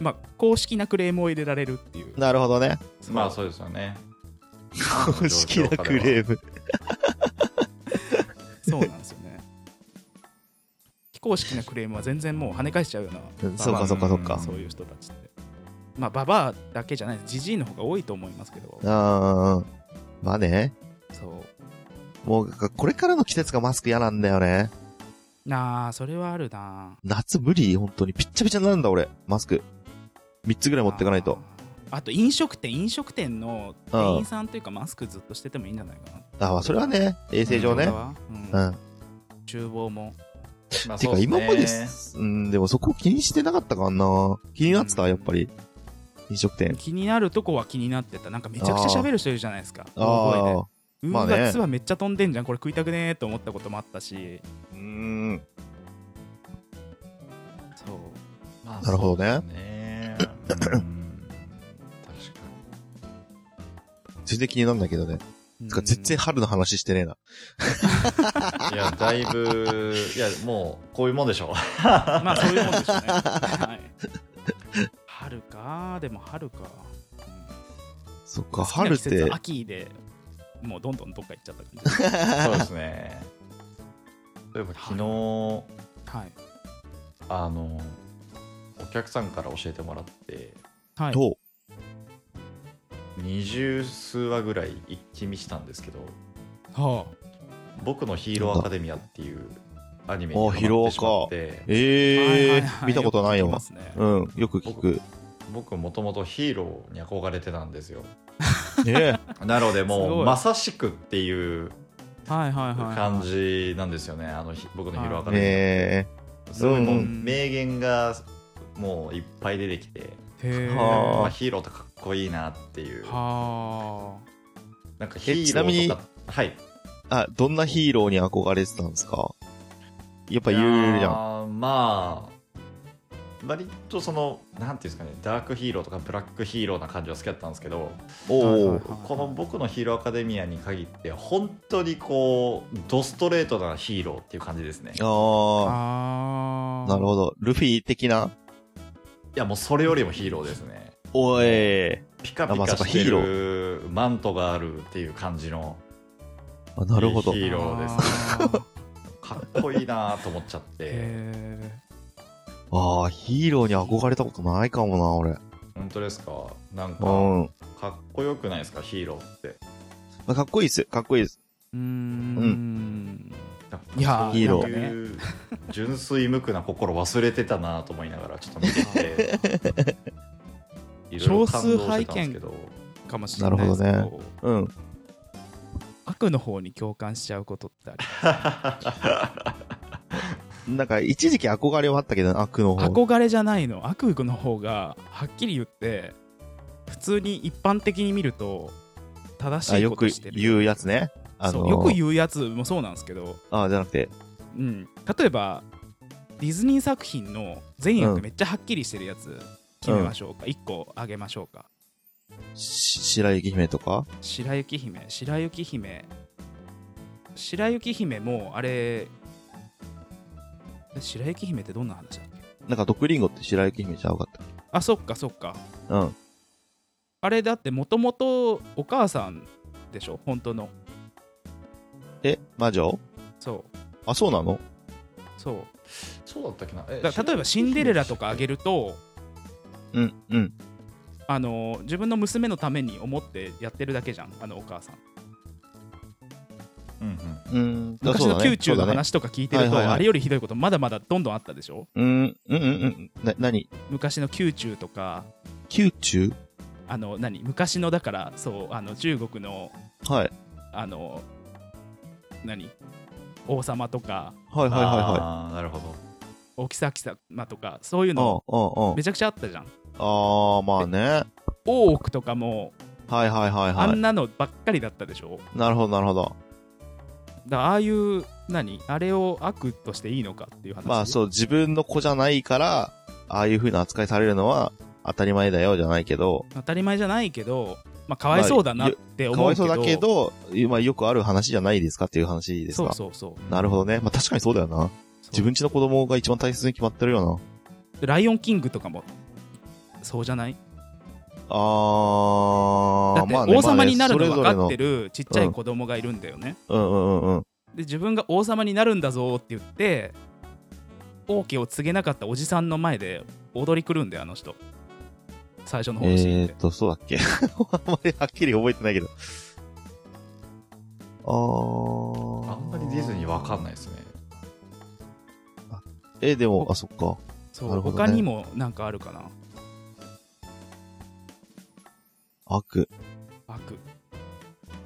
Speaker 3: まあ公式なクレームを入れられるっていう
Speaker 2: なるほどね。
Speaker 1: まあそうですよね
Speaker 2: 公式なクレーム。
Speaker 3: そうなんですよ ね非公式なクレームは全然もう跳ね返しちゃうよう な
Speaker 2: そうかそうかそう
Speaker 1: あ
Speaker 2: か。
Speaker 3: そういう人たちってまあババアだけじゃないジジイの方が多いと思いますけど
Speaker 2: あーまあね。
Speaker 3: そ
Speaker 2: もう、これからの季節がマスク嫌なんだよね。
Speaker 3: うなあそれはあるな
Speaker 2: 夏無理本当に。ピッチャピチャになるんだ、俺。マスク。三つぐらい持ってかないと。
Speaker 3: あーあと飲食店飲食店の店員さんというかマスクずっとしててもいいんじゃないかな
Speaker 2: ああ、それはね、衛生上
Speaker 3: これ
Speaker 2: ね。
Speaker 3: は
Speaker 2: う
Speaker 3: うん
Speaker 2: ん。
Speaker 3: 厨房も
Speaker 1: まあ
Speaker 2: て
Speaker 1: そう
Speaker 2: か、
Speaker 1: ですね
Speaker 2: 今まで、うん、でもそこ気にしてなかったからな。気になってた、
Speaker 3: うん
Speaker 2: やっぱり。飲食店。
Speaker 3: 気になるとこは気になってたなんかめちゃくちゃ喋る人いるじゃないですか大声で
Speaker 2: ああ。
Speaker 3: う
Speaker 2: まあ
Speaker 3: わ
Speaker 2: ね
Speaker 3: 唾めっちゃ飛んでんじゃんこれ食いたくねえと思ったこともあったし
Speaker 2: うーん。
Speaker 3: そう
Speaker 1: まあ
Speaker 2: なるほどね
Speaker 1: そうですねうん確か
Speaker 2: 全然気になんだけどね。
Speaker 3: うん
Speaker 2: てか、全然春の話してねえな。
Speaker 1: にいやだいぶいやもうこういうもんでしょ
Speaker 3: まあそういうもんでし ょうねはい春かでも春か、うん
Speaker 2: そっか、
Speaker 3: 好きな
Speaker 2: 春っ
Speaker 3: 季節
Speaker 2: て
Speaker 3: は、秋でもうどんどんどっか行っちゃった感 じ
Speaker 1: そうですね例えば昨日
Speaker 3: はい
Speaker 1: あのお客さんから教えてもらって
Speaker 3: はい
Speaker 2: どう
Speaker 1: 二十数話ぐらい一気見したんですけど
Speaker 3: は
Speaker 1: 「僕のヒーローアカデミア」っていうアニメにハ
Speaker 2: あ
Speaker 1: マってしまって
Speaker 3: あ
Speaker 2: え
Speaker 3: は
Speaker 2: え
Speaker 3: いは
Speaker 2: ー、見たことない
Speaker 3: く聞き
Speaker 2: よ
Speaker 3: ま。すね
Speaker 2: うん、よく聞く。
Speaker 1: 僕もともとヒーローに憧れてたんですよ
Speaker 2: ね
Speaker 1: なのですも
Speaker 3: ご
Speaker 1: う
Speaker 3: い
Speaker 1: まさしくっていう
Speaker 3: はいはいはいはい
Speaker 1: 感じなんですよねあのひ僕のヒーローアカデミ
Speaker 2: え。
Speaker 1: ア、
Speaker 2: ね
Speaker 1: すごいもう
Speaker 3: うん
Speaker 1: 名言がもういっぱい出てきて、
Speaker 3: へー
Speaker 2: はあ
Speaker 1: まあ、ヒーローってかっこいいなっていう
Speaker 3: は
Speaker 1: なんかヒーローとかはい
Speaker 2: あ、どんなヒーローに憧れてたんですかやっぱいろいろいるじゃん。
Speaker 1: ゃんまあ割とそのなんていうんですかねダークヒーローとかブラックヒーローな感じは好きだったんですけど
Speaker 2: お
Speaker 3: は
Speaker 2: お
Speaker 3: いはい。はい
Speaker 1: この「僕のヒーローアカデミア」に限って本当にこうドストレートなヒーローっていう感じですねい
Speaker 3: あ
Speaker 2: あ
Speaker 3: あ
Speaker 2: あ、なるほど。ルフィ的な
Speaker 1: やもうそれよりもヒーローですね
Speaker 2: おい。
Speaker 1: ピカ
Speaker 2: あ
Speaker 1: ピ
Speaker 2: まあそ
Speaker 1: カ
Speaker 2: っか
Speaker 1: して
Speaker 2: ヒーロ
Speaker 1: るマントがあるっていう感じの
Speaker 2: あ、なるほど
Speaker 1: いい。ヒーローです
Speaker 3: ですね
Speaker 1: かっこいいなと思っちゃって
Speaker 3: へ
Speaker 2: ああ、ヒーローに憧れたことないかもな、俺。
Speaker 1: 本当ですかなん
Speaker 2: う
Speaker 1: か
Speaker 2: ん。
Speaker 1: かっこよくないですかヒーローって
Speaker 2: まあかっこいいっす。かっこいいっす。
Speaker 3: ーうーんいやー
Speaker 1: ヒーロ
Speaker 2: ヒ
Speaker 3: ー
Speaker 1: ー 純粋無垢な心忘れてたなと思いながらちょっと見てて いろいろ感動してたんですけど
Speaker 3: かもしれないですけ
Speaker 2: なるほうん。
Speaker 3: 悪の方に共感しちゃうことってある
Speaker 2: なんか、一時期憧れはあったけど、悪の方。
Speaker 3: 憧れじゃないの悪の方がはっきり言って普通に一般的に見ると正
Speaker 2: あ
Speaker 3: しい
Speaker 2: よ
Speaker 3: こ
Speaker 2: く
Speaker 3: としてる
Speaker 2: 言うやつね。あ
Speaker 3: そ
Speaker 2: の
Speaker 3: うよく言うやつもそうなんですけど、
Speaker 2: あじゃなくて。
Speaker 3: うん、例えばディズニー作品の善悪めっちゃはっきりしてるやつ決めましょうか、1個あげましょうか
Speaker 2: し白雪姫とか
Speaker 3: 白雪姫白雪姫白雪姫もあれえ白雪姫ってどんな話だっけ
Speaker 2: なんか毒リンゴって白雪姫ちゃうかっ
Speaker 3: あそっかそっか
Speaker 2: た。うん。
Speaker 3: あれだってもともとお母さんでしょ本当の
Speaker 2: え、魔女
Speaker 3: そ
Speaker 2: あ、そうなの
Speaker 3: うそ
Speaker 1: そうだったっけな
Speaker 3: うだから例えばシンデレラとかあげ
Speaker 1: る
Speaker 3: ると
Speaker 2: うん、うん。
Speaker 3: あの自分の娘のために思ってやってるだけじゃんあのお母さん
Speaker 1: うんうん
Speaker 2: うん。あ
Speaker 3: 昔
Speaker 2: そうだ
Speaker 3: の
Speaker 2: ね
Speaker 3: 宮中の。話とか聞いてる
Speaker 2: はい
Speaker 3: と
Speaker 2: はいはい
Speaker 3: あれよりひどいことまだまだどんどんあったでしょ
Speaker 2: そうだねうん、うん、うん。うんな、なに
Speaker 3: 昔の宮中とか
Speaker 2: 宮中
Speaker 3: あの何昔のだからそうあの中国の
Speaker 2: はい。
Speaker 3: あの何王様とか
Speaker 2: はいはいはいは
Speaker 1: あーなるほど
Speaker 3: お妃様とかそういう
Speaker 2: い。うん
Speaker 3: の
Speaker 2: うんうん。
Speaker 3: めちゃくちゃあったじゃん
Speaker 2: ああ、まあね。
Speaker 3: 大奥とかも
Speaker 2: はいはいはい
Speaker 3: あ
Speaker 2: は
Speaker 3: んなのばっかりだったでしょ
Speaker 2: い。なるほどなるほど。
Speaker 3: だからああいう何あれを悪としていいのかっていう話
Speaker 2: まあ
Speaker 3: う
Speaker 2: そう、自分の子じゃないから、ああいう風な扱いされるのは当たり前だよじゃないけど、
Speaker 3: 当たり前じゃないけど、まあ、かわいそうだなって
Speaker 2: か
Speaker 3: 思う
Speaker 2: わ
Speaker 3: け
Speaker 2: いそ
Speaker 3: ど、
Speaker 2: うだけど、まあよくある話じゃないですかっていう話です
Speaker 3: そ
Speaker 2: か。
Speaker 3: うそうそう
Speaker 2: なるほどね。まあ確かにそうだよな。自分ちの子供が一番大切に決まってるよ
Speaker 3: ライオンキングとかもそうじゃない
Speaker 2: な。あ
Speaker 3: だ
Speaker 2: ー、
Speaker 3: って
Speaker 2: まあね、
Speaker 3: 王様になる
Speaker 2: まあねそれぞ
Speaker 3: の分
Speaker 2: れ
Speaker 3: かってるちっちゃい子供がいるんだよね、
Speaker 2: のうんうんうんうん。
Speaker 3: で自分が王様になるんだぞって言って王家を告げなかったおじさんの前で踊り狂うんだよあの人最初の方のシーン
Speaker 2: えー
Speaker 3: って
Speaker 2: っ、と、そうだっけ あんまりはっきり覚えてないけど。あー。
Speaker 1: あんまりディズニーわかんないですね
Speaker 2: え、でも、あ、そっか。
Speaker 3: そう、
Speaker 2: なるほどね
Speaker 3: 他にもなんかあるかな
Speaker 2: 悪。
Speaker 3: 悪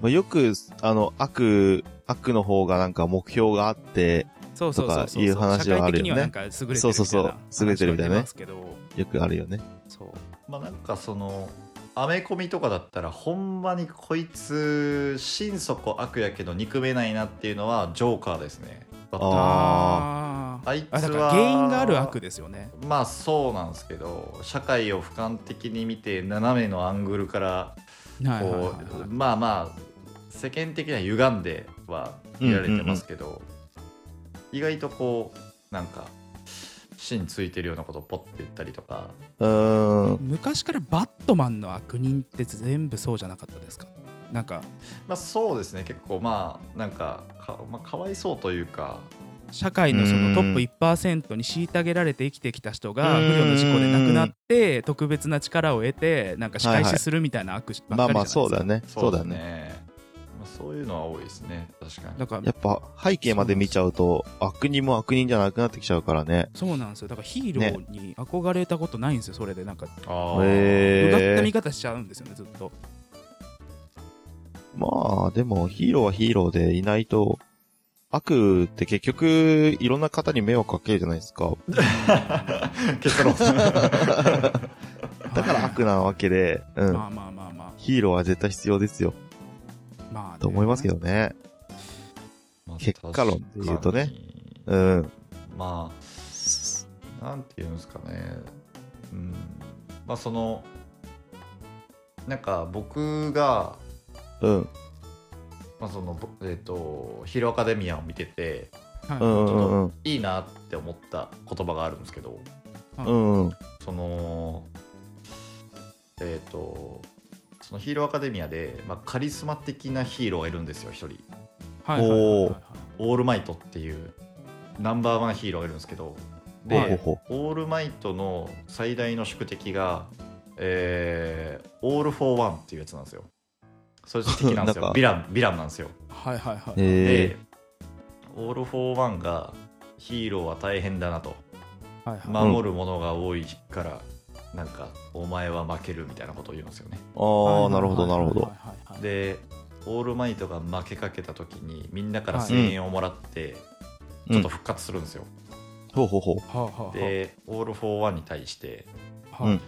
Speaker 2: まあ、よく、あの、悪、悪の方がなんか目標があって、
Speaker 3: そうそうそうそ
Speaker 2: とか
Speaker 3: う
Speaker 2: いう話はあるよね
Speaker 3: 社会的にはなんか優れてるみた
Speaker 2: そ
Speaker 3: いな
Speaker 2: うそうそう優れてるみたいなね
Speaker 3: 話は出ますけど
Speaker 2: よくあるよね。
Speaker 3: そう
Speaker 1: まあなんかそのアメコミとかだったらほんまにこいつ心底悪やけど憎めないなっていうのはジョーカーですねだって
Speaker 3: あー
Speaker 1: あいつは
Speaker 3: あだから原因がある悪ですよね
Speaker 1: まあそうなんですけど社会を俯瞰的に見て斜めのアングルから
Speaker 3: はいはいはい
Speaker 1: こ
Speaker 3: は
Speaker 1: う
Speaker 3: い
Speaker 1: まあまあ世間的には歪んでは見られてますけど、意外とこうなんか芯ついてるようなことをポッて言ったりとか
Speaker 2: うーん。
Speaker 3: 昔からバットマンの悪人って全部そうじゃなかったですかなんか
Speaker 1: まあそうですね結構まあなんかか,、まあ、かわいそうというか
Speaker 3: 社会のそうの
Speaker 2: ん
Speaker 3: トップ1%に虐げられて生きてきた人が
Speaker 2: う
Speaker 3: 不
Speaker 2: ん
Speaker 3: 慮の事故で亡くなって特別な力を得てなんか仕返しするみたいな悪ばっ
Speaker 2: まあ
Speaker 3: かりじゃ
Speaker 2: ま
Speaker 3: ない
Speaker 2: あ、
Speaker 3: ですか、
Speaker 2: そうだね。そうだ
Speaker 1: です
Speaker 2: ね。
Speaker 1: まあ、そういうのは多いですね確かに
Speaker 3: だから
Speaker 2: やっぱ、背景まで見ちゃうと、悪人も悪人じゃなくなってきちゃうからね。
Speaker 3: そうなんですよだからヒーローに憧れたことないんですよそれでなんか
Speaker 1: あー
Speaker 3: うがった
Speaker 2: へ
Speaker 3: 見
Speaker 2: え。
Speaker 3: 方しちゃうんですよねずっと
Speaker 2: まあ、でも、ヒーローはヒーローでいないと、悪って結局、いろんな方に迷惑かけるじゃないですか。
Speaker 1: 結論
Speaker 2: だから悪なわけで、う
Speaker 3: はい
Speaker 2: ん。
Speaker 3: まあまあまあま
Speaker 2: ヒーローは絶対必要ですよ。
Speaker 3: あまあね
Speaker 2: と思いますけどね。
Speaker 1: まあ
Speaker 2: 結果論で言うとね
Speaker 1: 確かに
Speaker 2: うん。
Speaker 1: まあなんていうんですかねうんまあそのなんか僕が、
Speaker 2: うん。
Speaker 1: まあそのぼえっとヒーローアカデミアを見てて
Speaker 3: はい
Speaker 2: うんうんうん。
Speaker 1: いいなって思った言葉があるんですけど
Speaker 2: うんうん。
Speaker 1: そのえっ、とそのヒーローアカデミアで、まあ、カリスマ的なヒーローがいるんですよ一人
Speaker 3: はいはいはいはい
Speaker 2: おー
Speaker 1: オールマイトっていうナンバーワンヒーローがいるんですけどで、
Speaker 2: ほうほう
Speaker 1: オールマイトの最大の宿敵が、えー、オール・フォー・ワンっていうやつなんですよ。それ敵なんです
Speaker 2: な
Speaker 1: よ
Speaker 2: ん。か
Speaker 1: ヴィラン、ヴィランなんですよ。
Speaker 3: はいはいはい
Speaker 1: で、
Speaker 2: え
Speaker 1: オール・フォー・ワンがヒーローは大変だなと。
Speaker 3: はいはい
Speaker 1: 守るものが多いから、なんか、お前は負けるみたいなことを言うんですよね。
Speaker 2: ああ、なるほど、なるほ
Speaker 3: は
Speaker 2: ど
Speaker 3: い。はいはいはい
Speaker 1: で、オールマイトが負けかけた時に、みんなから
Speaker 3: はい
Speaker 1: 声援をもらって、
Speaker 2: うん
Speaker 1: ちょっと復活するんですよ。
Speaker 2: ほうほうほう。
Speaker 3: はあはあはあ
Speaker 1: で、オール・フォー・ワンに対して、
Speaker 3: はい
Speaker 2: うん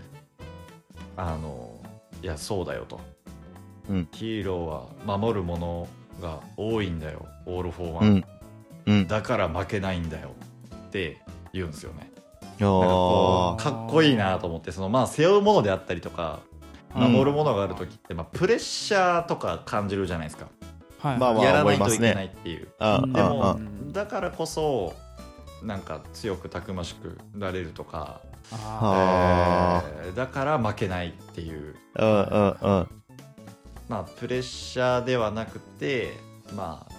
Speaker 1: あのいやそうだよと、
Speaker 2: うん
Speaker 1: ヒーローは守るものが多いんだよオール・フォー・ワ
Speaker 2: う
Speaker 1: ン、
Speaker 2: ん。うん。
Speaker 1: だから負けないんだよって言うんですよねなんかこ
Speaker 2: あ
Speaker 1: うかっこいいなと思ってそのまあ背負うものであったりとか
Speaker 2: うん
Speaker 1: 守るものがある時って、まあ、プレッシャーとか感じるじゃないですか、
Speaker 3: はい
Speaker 2: まあまあ
Speaker 1: やらな
Speaker 2: 思
Speaker 1: い
Speaker 2: いま
Speaker 1: とい
Speaker 2: す
Speaker 1: け
Speaker 2: ね
Speaker 1: ないっていう、
Speaker 2: あ、あ
Speaker 3: うん
Speaker 1: でも
Speaker 2: あ、
Speaker 3: うん
Speaker 1: だからこそなんか強くたくましくなれるとか、
Speaker 3: あ
Speaker 2: あ
Speaker 1: えーだから負けないっていう
Speaker 2: あ、うん、うん、うん。
Speaker 1: まあ、プレッシャーではなくて、まあ、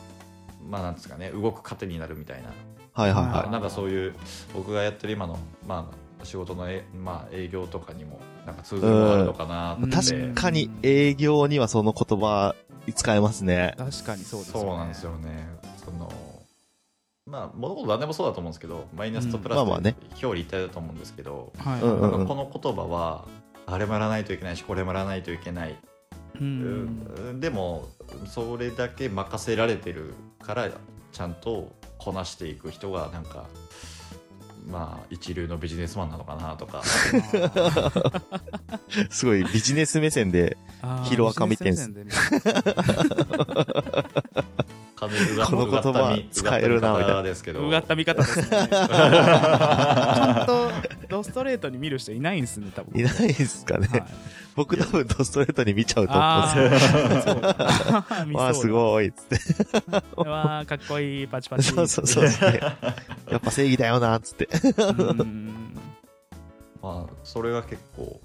Speaker 1: まあ、なんですかね、動く糧になるみたいな、
Speaker 2: はいはい
Speaker 3: あー
Speaker 2: は
Speaker 1: なんかそういう、僕がやってる今の、まあ、仕事のえ、まあ、営業とかにも、なんか通ずるものあるのかなと思
Speaker 3: うん
Speaker 2: い。
Speaker 1: っ
Speaker 3: う
Speaker 1: て、
Speaker 2: 確
Speaker 3: ん
Speaker 2: かに営業にはその言葉使えますね
Speaker 3: ー。確かにそうですよね
Speaker 1: そうなんですよね。そのまあ、物事何でもそうだと思うんですけど、マイナスとプラス
Speaker 2: うんまあまあね
Speaker 1: で表裏一体だと思うんですけど、
Speaker 3: はい
Speaker 2: うんうん
Speaker 1: なんかこの言葉は、あれもやらないといけないしこれもやらないといけない、う
Speaker 3: う
Speaker 1: ん
Speaker 3: ん
Speaker 1: でもそれだけ任せられてるからちゃんとこなしていく人がなんかまあ一流のビジネスマンなのかなと か
Speaker 2: すごいビジネス目線で、
Speaker 3: あ ー
Speaker 2: ヒロアカ見てんす
Speaker 3: ビジネス
Speaker 1: 完全にうが
Speaker 2: この言葉
Speaker 1: うがった見
Speaker 2: 使えるな
Speaker 1: うがった見
Speaker 2: み
Speaker 1: 方
Speaker 2: たい
Speaker 1: ですけ
Speaker 3: 目
Speaker 1: ど
Speaker 3: 線でうがった見方 ですねちゃんとドストレートに見る人いないんすね多分
Speaker 2: いないですかね。
Speaker 3: はい
Speaker 2: 僕多分ドストレートに見ちゃうと思 うんですよ。
Speaker 3: ああ
Speaker 2: わあ、す
Speaker 3: い
Speaker 2: ごいっつって。
Speaker 3: わあかっこいいパチパチ
Speaker 2: そうそうそう。 やっぱ正義だよな、つって。
Speaker 3: うん
Speaker 1: まあ、それが結構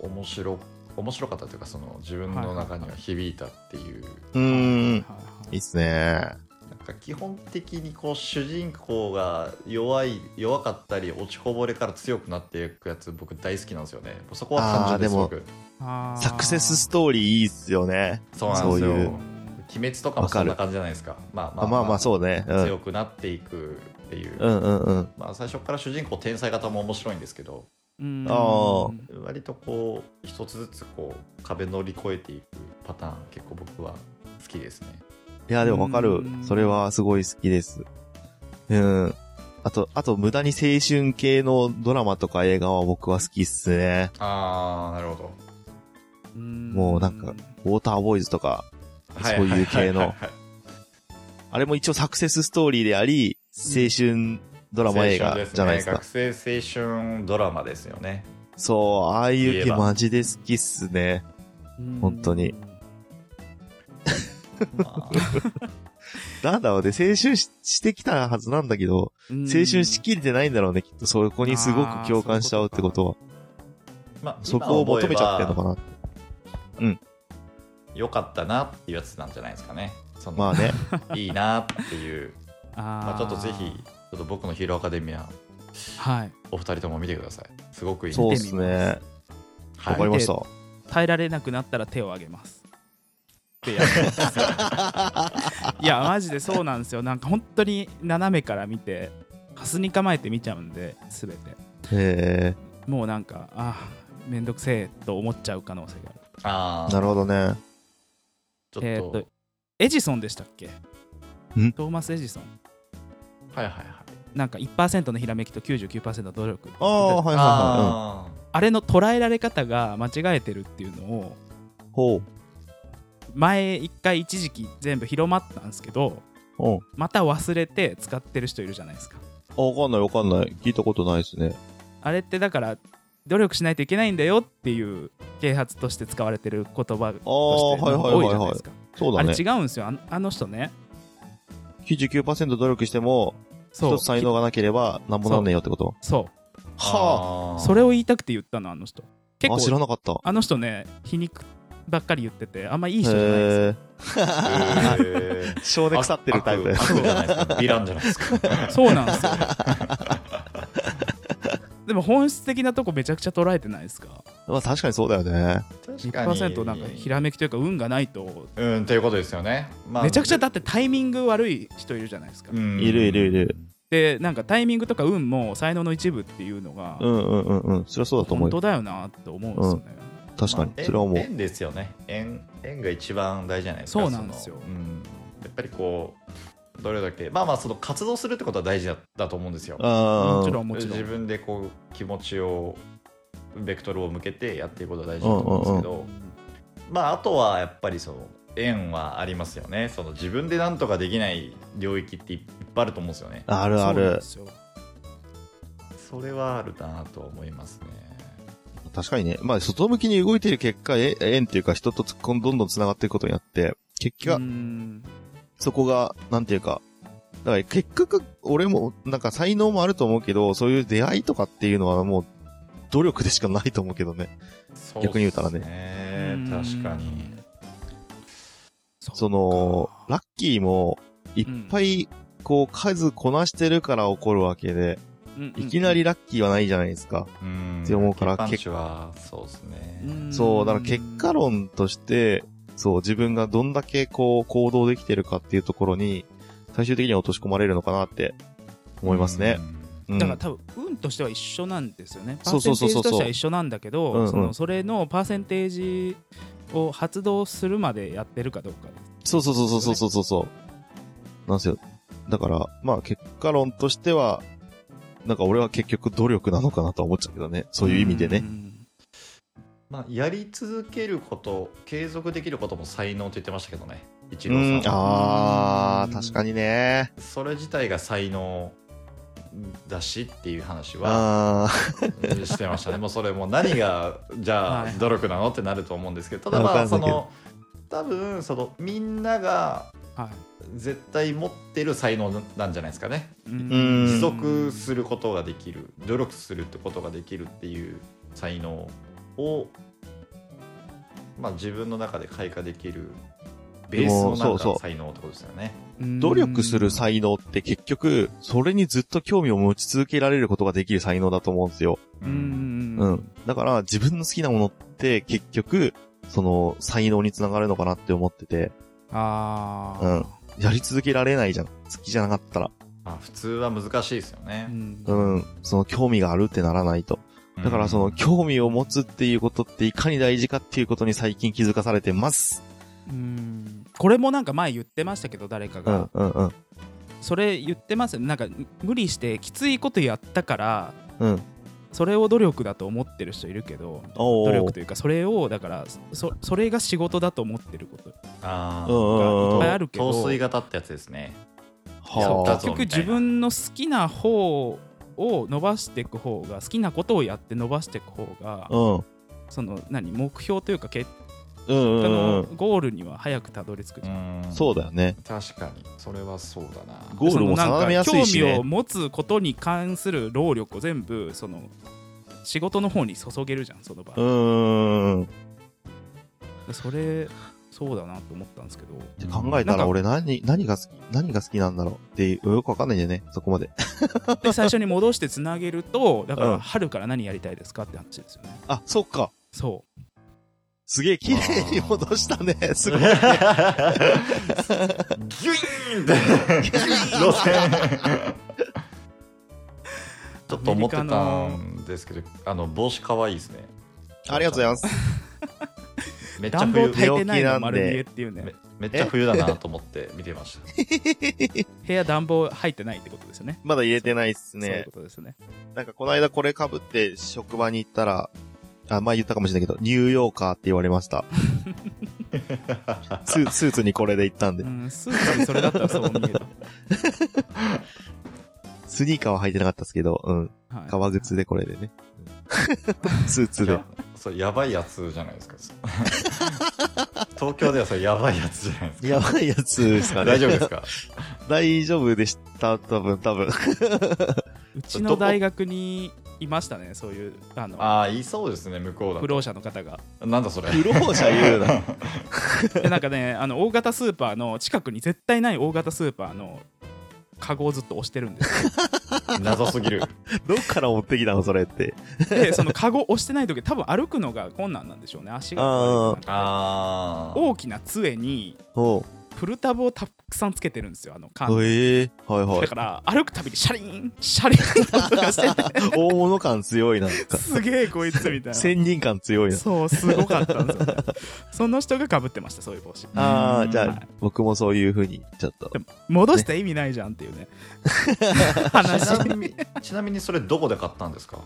Speaker 1: 面白面白かったというかその自分の中には響いたっていう、
Speaker 2: うーん。いいっ
Speaker 3: い
Speaker 2: すね。
Speaker 1: なんか基本的にこう主人公が弱い弱かったり落ちこぼれから強くなっていくやつ僕大好きなんですよねそこは単純です
Speaker 2: あーで
Speaker 1: 僕
Speaker 2: も
Speaker 3: あー
Speaker 2: サクセスストーリーいいっすよね。
Speaker 1: そうなんですよ
Speaker 2: そういう
Speaker 1: 鬼滅とかもそんな感じじゃないですかまあま
Speaker 2: あ
Speaker 1: あ
Speaker 2: まあまあ、
Speaker 1: う、
Speaker 2: そうね。うん。
Speaker 1: 強くなっていくっていう、
Speaker 2: うんうんうん。
Speaker 1: まあ、最初から主人公天才型も面白いんですけど
Speaker 3: うん
Speaker 2: あー
Speaker 1: 割とこう一つずつこう壁乗り越えていくパターン結構僕は好きですね
Speaker 2: いや、でもわかる
Speaker 3: う。ん
Speaker 2: それはすごい好きです。うん。あと、あと、無駄に青春系のドラマとか映画は僕は好きっすね。
Speaker 1: ああなるほど
Speaker 2: もうなんかウォーターボーイズとか、そういう系の。あれも一応サクセスストーリーであり、青春ドラマ映画じゃないですか。
Speaker 1: 学生青春ドラマですよね
Speaker 2: そう、ああいう系
Speaker 1: 言えば
Speaker 2: マジで好きっすね。本当に
Speaker 1: まあ
Speaker 2: なんだろうね、青春ししてきたはずなんだけど、
Speaker 3: 青
Speaker 2: 青春しきれてないんだろうね、きっと。そこにすごく共感しちゃうってことは。
Speaker 1: まあ
Speaker 2: そこを求めちゃってるのかな。
Speaker 1: よかったなっていうやつなんじゃないですかねその
Speaker 2: まあ ね。
Speaker 1: いいなっていうま
Speaker 3: ま
Speaker 1: あ、ちょっとぜひちょっと僕のヒーローアカデミア
Speaker 3: はい
Speaker 1: お二人とも見てくださいすごくいい
Speaker 2: そう
Speaker 1: で
Speaker 2: っ
Speaker 1: す
Speaker 2: すね。
Speaker 1: は
Speaker 2: わ
Speaker 1: い
Speaker 2: かりました。
Speaker 3: 耐えられなくなったら手を挙 げますってやるんですよいやマジでそうなんですよなんか本当に斜めから見てハスに構えて見ちゃうんで全て
Speaker 2: へ
Speaker 3: もうなんかあーめんどくせえと思っちゃう可能性がある
Speaker 1: あ
Speaker 2: え、
Speaker 1: あ
Speaker 2: なるほどね。
Speaker 1: ちょっと、
Speaker 3: えーっとエジソンでしたっけ
Speaker 2: ん
Speaker 3: トーマス・エジソン
Speaker 1: はいはいはい
Speaker 3: なんか1%のひらめきと99%の努力
Speaker 2: ああ、はいはいは
Speaker 1: あー
Speaker 3: あれの捉えられ方が間違えてるっていうのを
Speaker 2: い。うん、ほう。
Speaker 3: 前一回一時期全部広まったんですけど
Speaker 2: うん。
Speaker 3: また忘れて使ってる人いるじゃないですか
Speaker 2: あわかんないわかんない。聞いたことないですね。
Speaker 3: あれってだから努力しないといけないんだよっていう啓発として使われてる言葉として
Speaker 2: ああはいはい
Speaker 3: 多いじゃないですか
Speaker 2: そう
Speaker 3: あ
Speaker 2: だ
Speaker 3: れ
Speaker 2: ね。
Speaker 3: 違うんですよあのあの人ね
Speaker 2: 99%努力しても、
Speaker 3: そ
Speaker 2: 一
Speaker 3: う
Speaker 2: つ才能がなければ、なんもなんねえよってこと
Speaker 3: そ
Speaker 1: は
Speaker 3: うそれを言いたくて言ったのあの人結
Speaker 2: あ、知ら
Speaker 3: 構
Speaker 2: なかった。
Speaker 3: あの人ね皮肉ばっかり言っててあんまいい
Speaker 2: へ
Speaker 3: 人じゃないですよ
Speaker 2: え。
Speaker 1: えー
Speaker 2: 性で腐ってるタイプ。
Speaker 1: 悪悪じゃないですかヴィランじゃない ですか
Speaker 3: そうなんですよ。でも本質的なとこめちゃくちゃ捉えてないですか
Speaker 2: まあ確かにそうだよね。
Speaker 1: 確かに
Speaker 3: ?1% なんかひらめきというか運がないと
Speaker 1: うんということですよね、まあ
Speaker 3: めちゃくちゃだってタイミング悪い人いるじゃないですか。
Speaker 1: うん
Speaker 2: いるいるいる。
Speaker 3: でなんかタイミングとか運も才能の一部っていうのが
Speaker 2: うんうんうんうん。そりゃそうだと思うよ。
Speaker 3: 本当だよなって思うんですよね。
Speaker 2: 確かに
Speaker 1: ま。あ
Speaker 2: それは思
Speaker 1: 縁
Speaker 2: う。
Speaker 1: 縁ですよね縁縁が一番大事じゃないですか
Speaker 3: そうなんですよ
Speaker 1: そのうん、やっぱりこうどれだけまあまあその活動するってことは大事だだと思うんですよ
Speaker 2: あ
Speaker 3: もち
Speaker 2: ー
Speaker 3: ろんもちろ
Speaker 1: 自
Speaker 3: ん。
Speaker 1: 分でこう気持ちをベクトルを向けてやっていくことは大事だと思うんですけど、まああとはやっぱりその縁はありますよねその自分でなんとかできない領域っていっぱいあると思うんですよね
Speaker 2: あるあ
Speaker 3: そうなんで
Speaker 2: る。
Speaker 3: すよ
Speaker 1: それはあるなと思いますね
Speaker 2: 確かにね。まあ外向きに動いてる結果、え縁っていうか人とつこんどんどん繋がっていくことになって、結
Speaker 3: う
Speaker 2: 果、
Speaker 3: ん
Speaker 2: そこが、なんていうか、だから結局、俺も、なんか才能もあると思うけど、そういう出会いとかっていうのはもう、努力でしかないと思うけどね。
Speaker 1: そうっす
Speaker 2: 逆に言うたらね
Speaker 1: ね確かに。
Speaker 3: そう
Speaker 2: その、
Speaker 3: か
Speaker 2: ラッキーも、いっぱい、こう、数こなしてるから起こるわけで、
Speaker 3: うんうん
Speaker 2: いきなりラッキーはないじゃないですか。
Speaker 1: うん
Speaker 2: って思うから
Speaker 1: パンチはそうですね、
Speaker 3: うん
Speaker 2: そう、だから結果論として、そう、自分がどんだけこう行動できてるかっていうところに、最終的には落とし込まれるのかなって思いますね
Speaker 1: う。ん
Speaker 2: うん
Speaker 3: だから多分運としては一緒なんですよね。パ
Speaker 2: そう
Speaker 3: ーセ
Speaker 2: そうそう
Speaker 3: ンテー
Speaker 2: そう
Speaker 3: ジとしては一緒なんだけど、
Speaker 2: うんうん
Speaker 3: そのそれのパーセンテージを発動するまでやってるかどうかです。
Speaker 2: そうそうそうそうそうそうそう。なんですよ。だから、まあ結果論としては、なんか俺は結局努力なのかなとは思っちゃうけどね。そういう意味でね
Speaker 3: う。ん
Speaker 1: まあ、やり続けること継続できることも才能って言ってましたけどね一
Speaker 2: う
Speaker 1: 郎
Speaker 2: ん、
Speaker 1: さんは
Speaker 2: あー、確かにね。
Speaker 1: それ自体が才能だしっていう話は
Speaker 2: あー
Speaker 1: うんしてましたねもうそれも何がじ ゃ
Speaker 3: は
Speaker 1: あ
Speaker 3: い
Speaker 1: 努力なのってなると思うんですけどただ
Speaker 2: わ
Speaker 1: ま
Speaker 2: か
Speaker 1: あ
Speaker 2: んな
Speaker 1: そ
Speaker 2: いけど
Speaker 1: の多分そのみんなが
Speaker 3: は
Speaker 1: 絶対持ってる才能なんじゃないですかね
Speaker 3: い。
Speaker 2: うん
Speaker 1: 持続することができる努力するってことができるっていう才能を、まあ、自分の中で開花できるベースの
Speaker 2: でもそう
Speaker 1: 中
Speaker 2: そう
Speaker 1: の才能ってことですよね。
Speaker 3: うん
Speaker 2: 努力する才能って結局、それにずっと興味を持ち続けられることができる才能だと思うんですよ。
Speaker 3: う。ん
Speaker 2: う。ん。だから自分の好きなものって結局、その才能につながるのかなって思ってて、
Speaker 3: あ
Speaker 2: うん。やり続けられないじゃん。好きじゃなかったら。
Speaker 1: まあ、普通は難しいですよ
Speaker 3: あ。
Speaker 1: ね。
Speaker 2: うん。その興味があるってならないと。だからその興味を持つっていうことっていかに大事かっていうことに最近気づかされてます。
Speaker 3: うん。これもなんか前言ってましたけど誰か
Speaker 2: う
Speaker 3: が
Speaker 2: んうんうん。
Speaker 3: それ言ってますよねなんか無理してきついことやったから
Speaker 2: うん。
Speaker 3: それを努力だと思ってる人いるけど
Speaker 2: お
Speaker 3: 努
Speaker 2: ー
Speaker 3: 力というかそれをだからそそれが仕事だと思ってること
Speaker 1: あ
Speaker 2: うん
Speaker 1: ー
Speaker 2: うんうん。
Speaker 3: いっぱい
Speaker 2: は
Speaker 3: あるけど
Speaker 1: 糖水型ってやつですね。
Speaker 3: そう
Speaker 1: だ
Speaker 2: あ
Speaker 1: ぞ
Speaker 3: 結局
Speaker 1: みたいな
Speaker 3: 自分の好きな方を伸ばしていく方が好きなことをやって伸ばしていく方が
Speaker 2: うん。
Speaker 3: その何目標というか結
Speaker 2: うんう
Speaker 3: 果
Speaker 2: んう
Speaker 3: の
Speaker 2: ん。
Speaker 3: ゴールには早くたどり着くじゃん
Speaker 2: そうだよね。
Speaker 1: 確かにそれはそうだな。
Speaker 2: ゴールも
Speaker 3: そのなんか
Speaker 2: 定めやすいしね
Speaker 3: 興味を持つことに関する労力を全部その仕事の方に注げるじゃんその場
Speaker 2: うーん。っ
Speaker 3: それそうだなと思ったんですけど
Speaker 2: て考えた
Speaker 3: なんから
Speaker 2: 俺何、何が好き、何が好きなんだろうっていうよくわかんないんだよね。そこまで。
Speaker 3: で最初に戻してつなげるとだか
Speaker 2: うん
Speaker 3: ら春から何やりたいですかって話ですよね
Speaker 2: あ、そっか。
Speaker 3: そ
Speaker 2: すげえ綺麗に戻したね。すごい。
Speaker 1: ギュイーンって路線ちょっと思ってたんですけどあの帽子かわいいですね
Speaker 2: ありがとうございます。
Speaker 1: め
Speaker 3: う
Speaker 1: っちゃ
Speaker 3: 暖房
Speaker 1: 冬
Speaker 3: 炊いて
Speaker 2: 寝起きなん
Speaker 3: ない
Speaker 2: で
Speaker 3: の丸見えっていうね
Speaker 1: めめっちゃ冬だなと思って見てました
Speaker 3: 部屋暖房入ってないってことですよね
Speaker 2: まだ入れてないっす
Speaker 3: そういう
Speaker 2: ね
Speaker 3: こ。とですね
Speaker 2: なんかこの間これ被って職場に行ったら、あ、前言ったかもしれないけど、ニューヨーカーって言われま した。スースーツにこれで行ったんで
Speaker 3: う。んスーツにそれだったらそう見える、
Speaker 2: スニーカーは履いてなかったですけど、うん。
Speaker 3: はい
Speaker 2: 革靴でこれでね。うんスーツで
Speaker 1: や。それやばいやつじゃないですか 東京ではそれやばいやつじゃないですか
Speaker 2: やばいやつですかね。
Speaker 1: 大丈夫ですか
Speaker 2: 大丈夫でした。多分、多分。
Speaker 3: うちの大学にいましたねそういうあの
Speaker 1: ああいそうですね向こうだ
Speaker 3: 不
Speaker 1: と
Speaker 3: 老者の方が
Speaker 1: なんだそれ
Speaker 2: 不老者言うな。
Speaker 3: でなんかねあの大型スーパーの近くに絶対ない大型スーパーのカゴをずっと押してるんですよ
Speaker 1: 謎すぎる
Speaker 2: どっから持ってきたのそれって。
Speaker 3: でそのカゴを押してない時多分歩くのが困難なんでしょうね足が悪いから
Speaker 1: ああ
Speaker 3: 大きな杖に
Speaker 2: おう。
Speaker 3: プルタブをたくさんつけてるんですよあの缶
Speaker 2: ええはいは
Speaker 3: だ
Speaker 2: い
Speaker 3: か。ら歩くたびにシャリンシャリンって音がしてて
Speaker 2: 大物感強いな。なん か
Speaker 3: すげえこいつみたいな
Speaker 2: 仙人感強いな。
Speaker 3: そうすごかったんですよねその人がかぶってましたそういう帽子
Speaker 2: あ
Speaker 1: う
Speaker 2: あ、
Speaker 1: ん
Speaker 2: じゃ
Speaker 3: は
Speaker 2: あ
Speaker 3: い、
Speaker 2: 僕もそういう風に、ちょっと。
Speaker 3: 戻した意味ないじゃんっていう ね
Speaker 1: ち
Speaker 3: 話
Speaker 1: なみに ちなみにそれどこで買ったんですか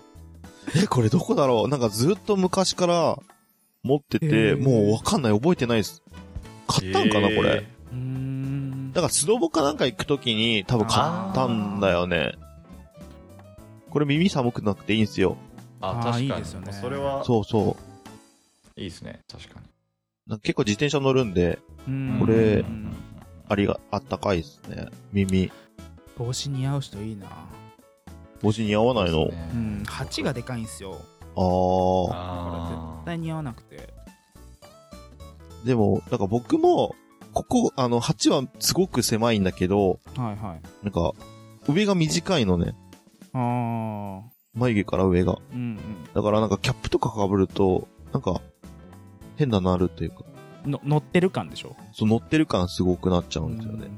Speaker 2: え、これどこだろうなんかずっと昔から持ってて、
Speaker 3: へー
Speaker 2: もうわかんない、覚えてないです。買ったんかな、これ。
Speaker 3: うーん
Speaker 2: だからスノボかなんか行くときに多分買ったんだよね。これ耳寒くなくていいんですよ。
Speaker 1: あ
Speaker 3: あー
Speaker 1: 確かに
Speaker 3: いいですよね
Speaker 1: それは
Speaker 2: そうそう。
Speaker 1: いいですね確かに
Speaker 2: なんか結構自転車乗るんで、
Speaker 3: うーん
Speaker 2: これ
Speaker 3: うん
Speaker 2: ありが、あったかいですね。耳。
Speaker 3: 帽子似合う人いいな、
Speaker 2: 帽子似合わないの、
Speaker 1: ね
Speaker 3: うん、鉢がでかいんすよ
Speaker 2: あ
Speaker 3: だから
Speaker 1: あ
Speaker 3: 絶対似合わなくて
Speaker 2: あ。でも、なんか僕も、ここ、あの、鉢はすごく狭いんだけど、
Speaker 3: はいはい
Speaker 2: なんか、上が短いのね。
Speaker 3: あー
Speaker 2: 眉毛から上が。
Speaker 3: うん
Speaker 2: だからなんかキャップとか被ると、なんか、変ななるというか、
Speaker 3: うんの乗ってる感でしょ
Speaker 2: そう乗ってる感すごくなっちゃうんですよね。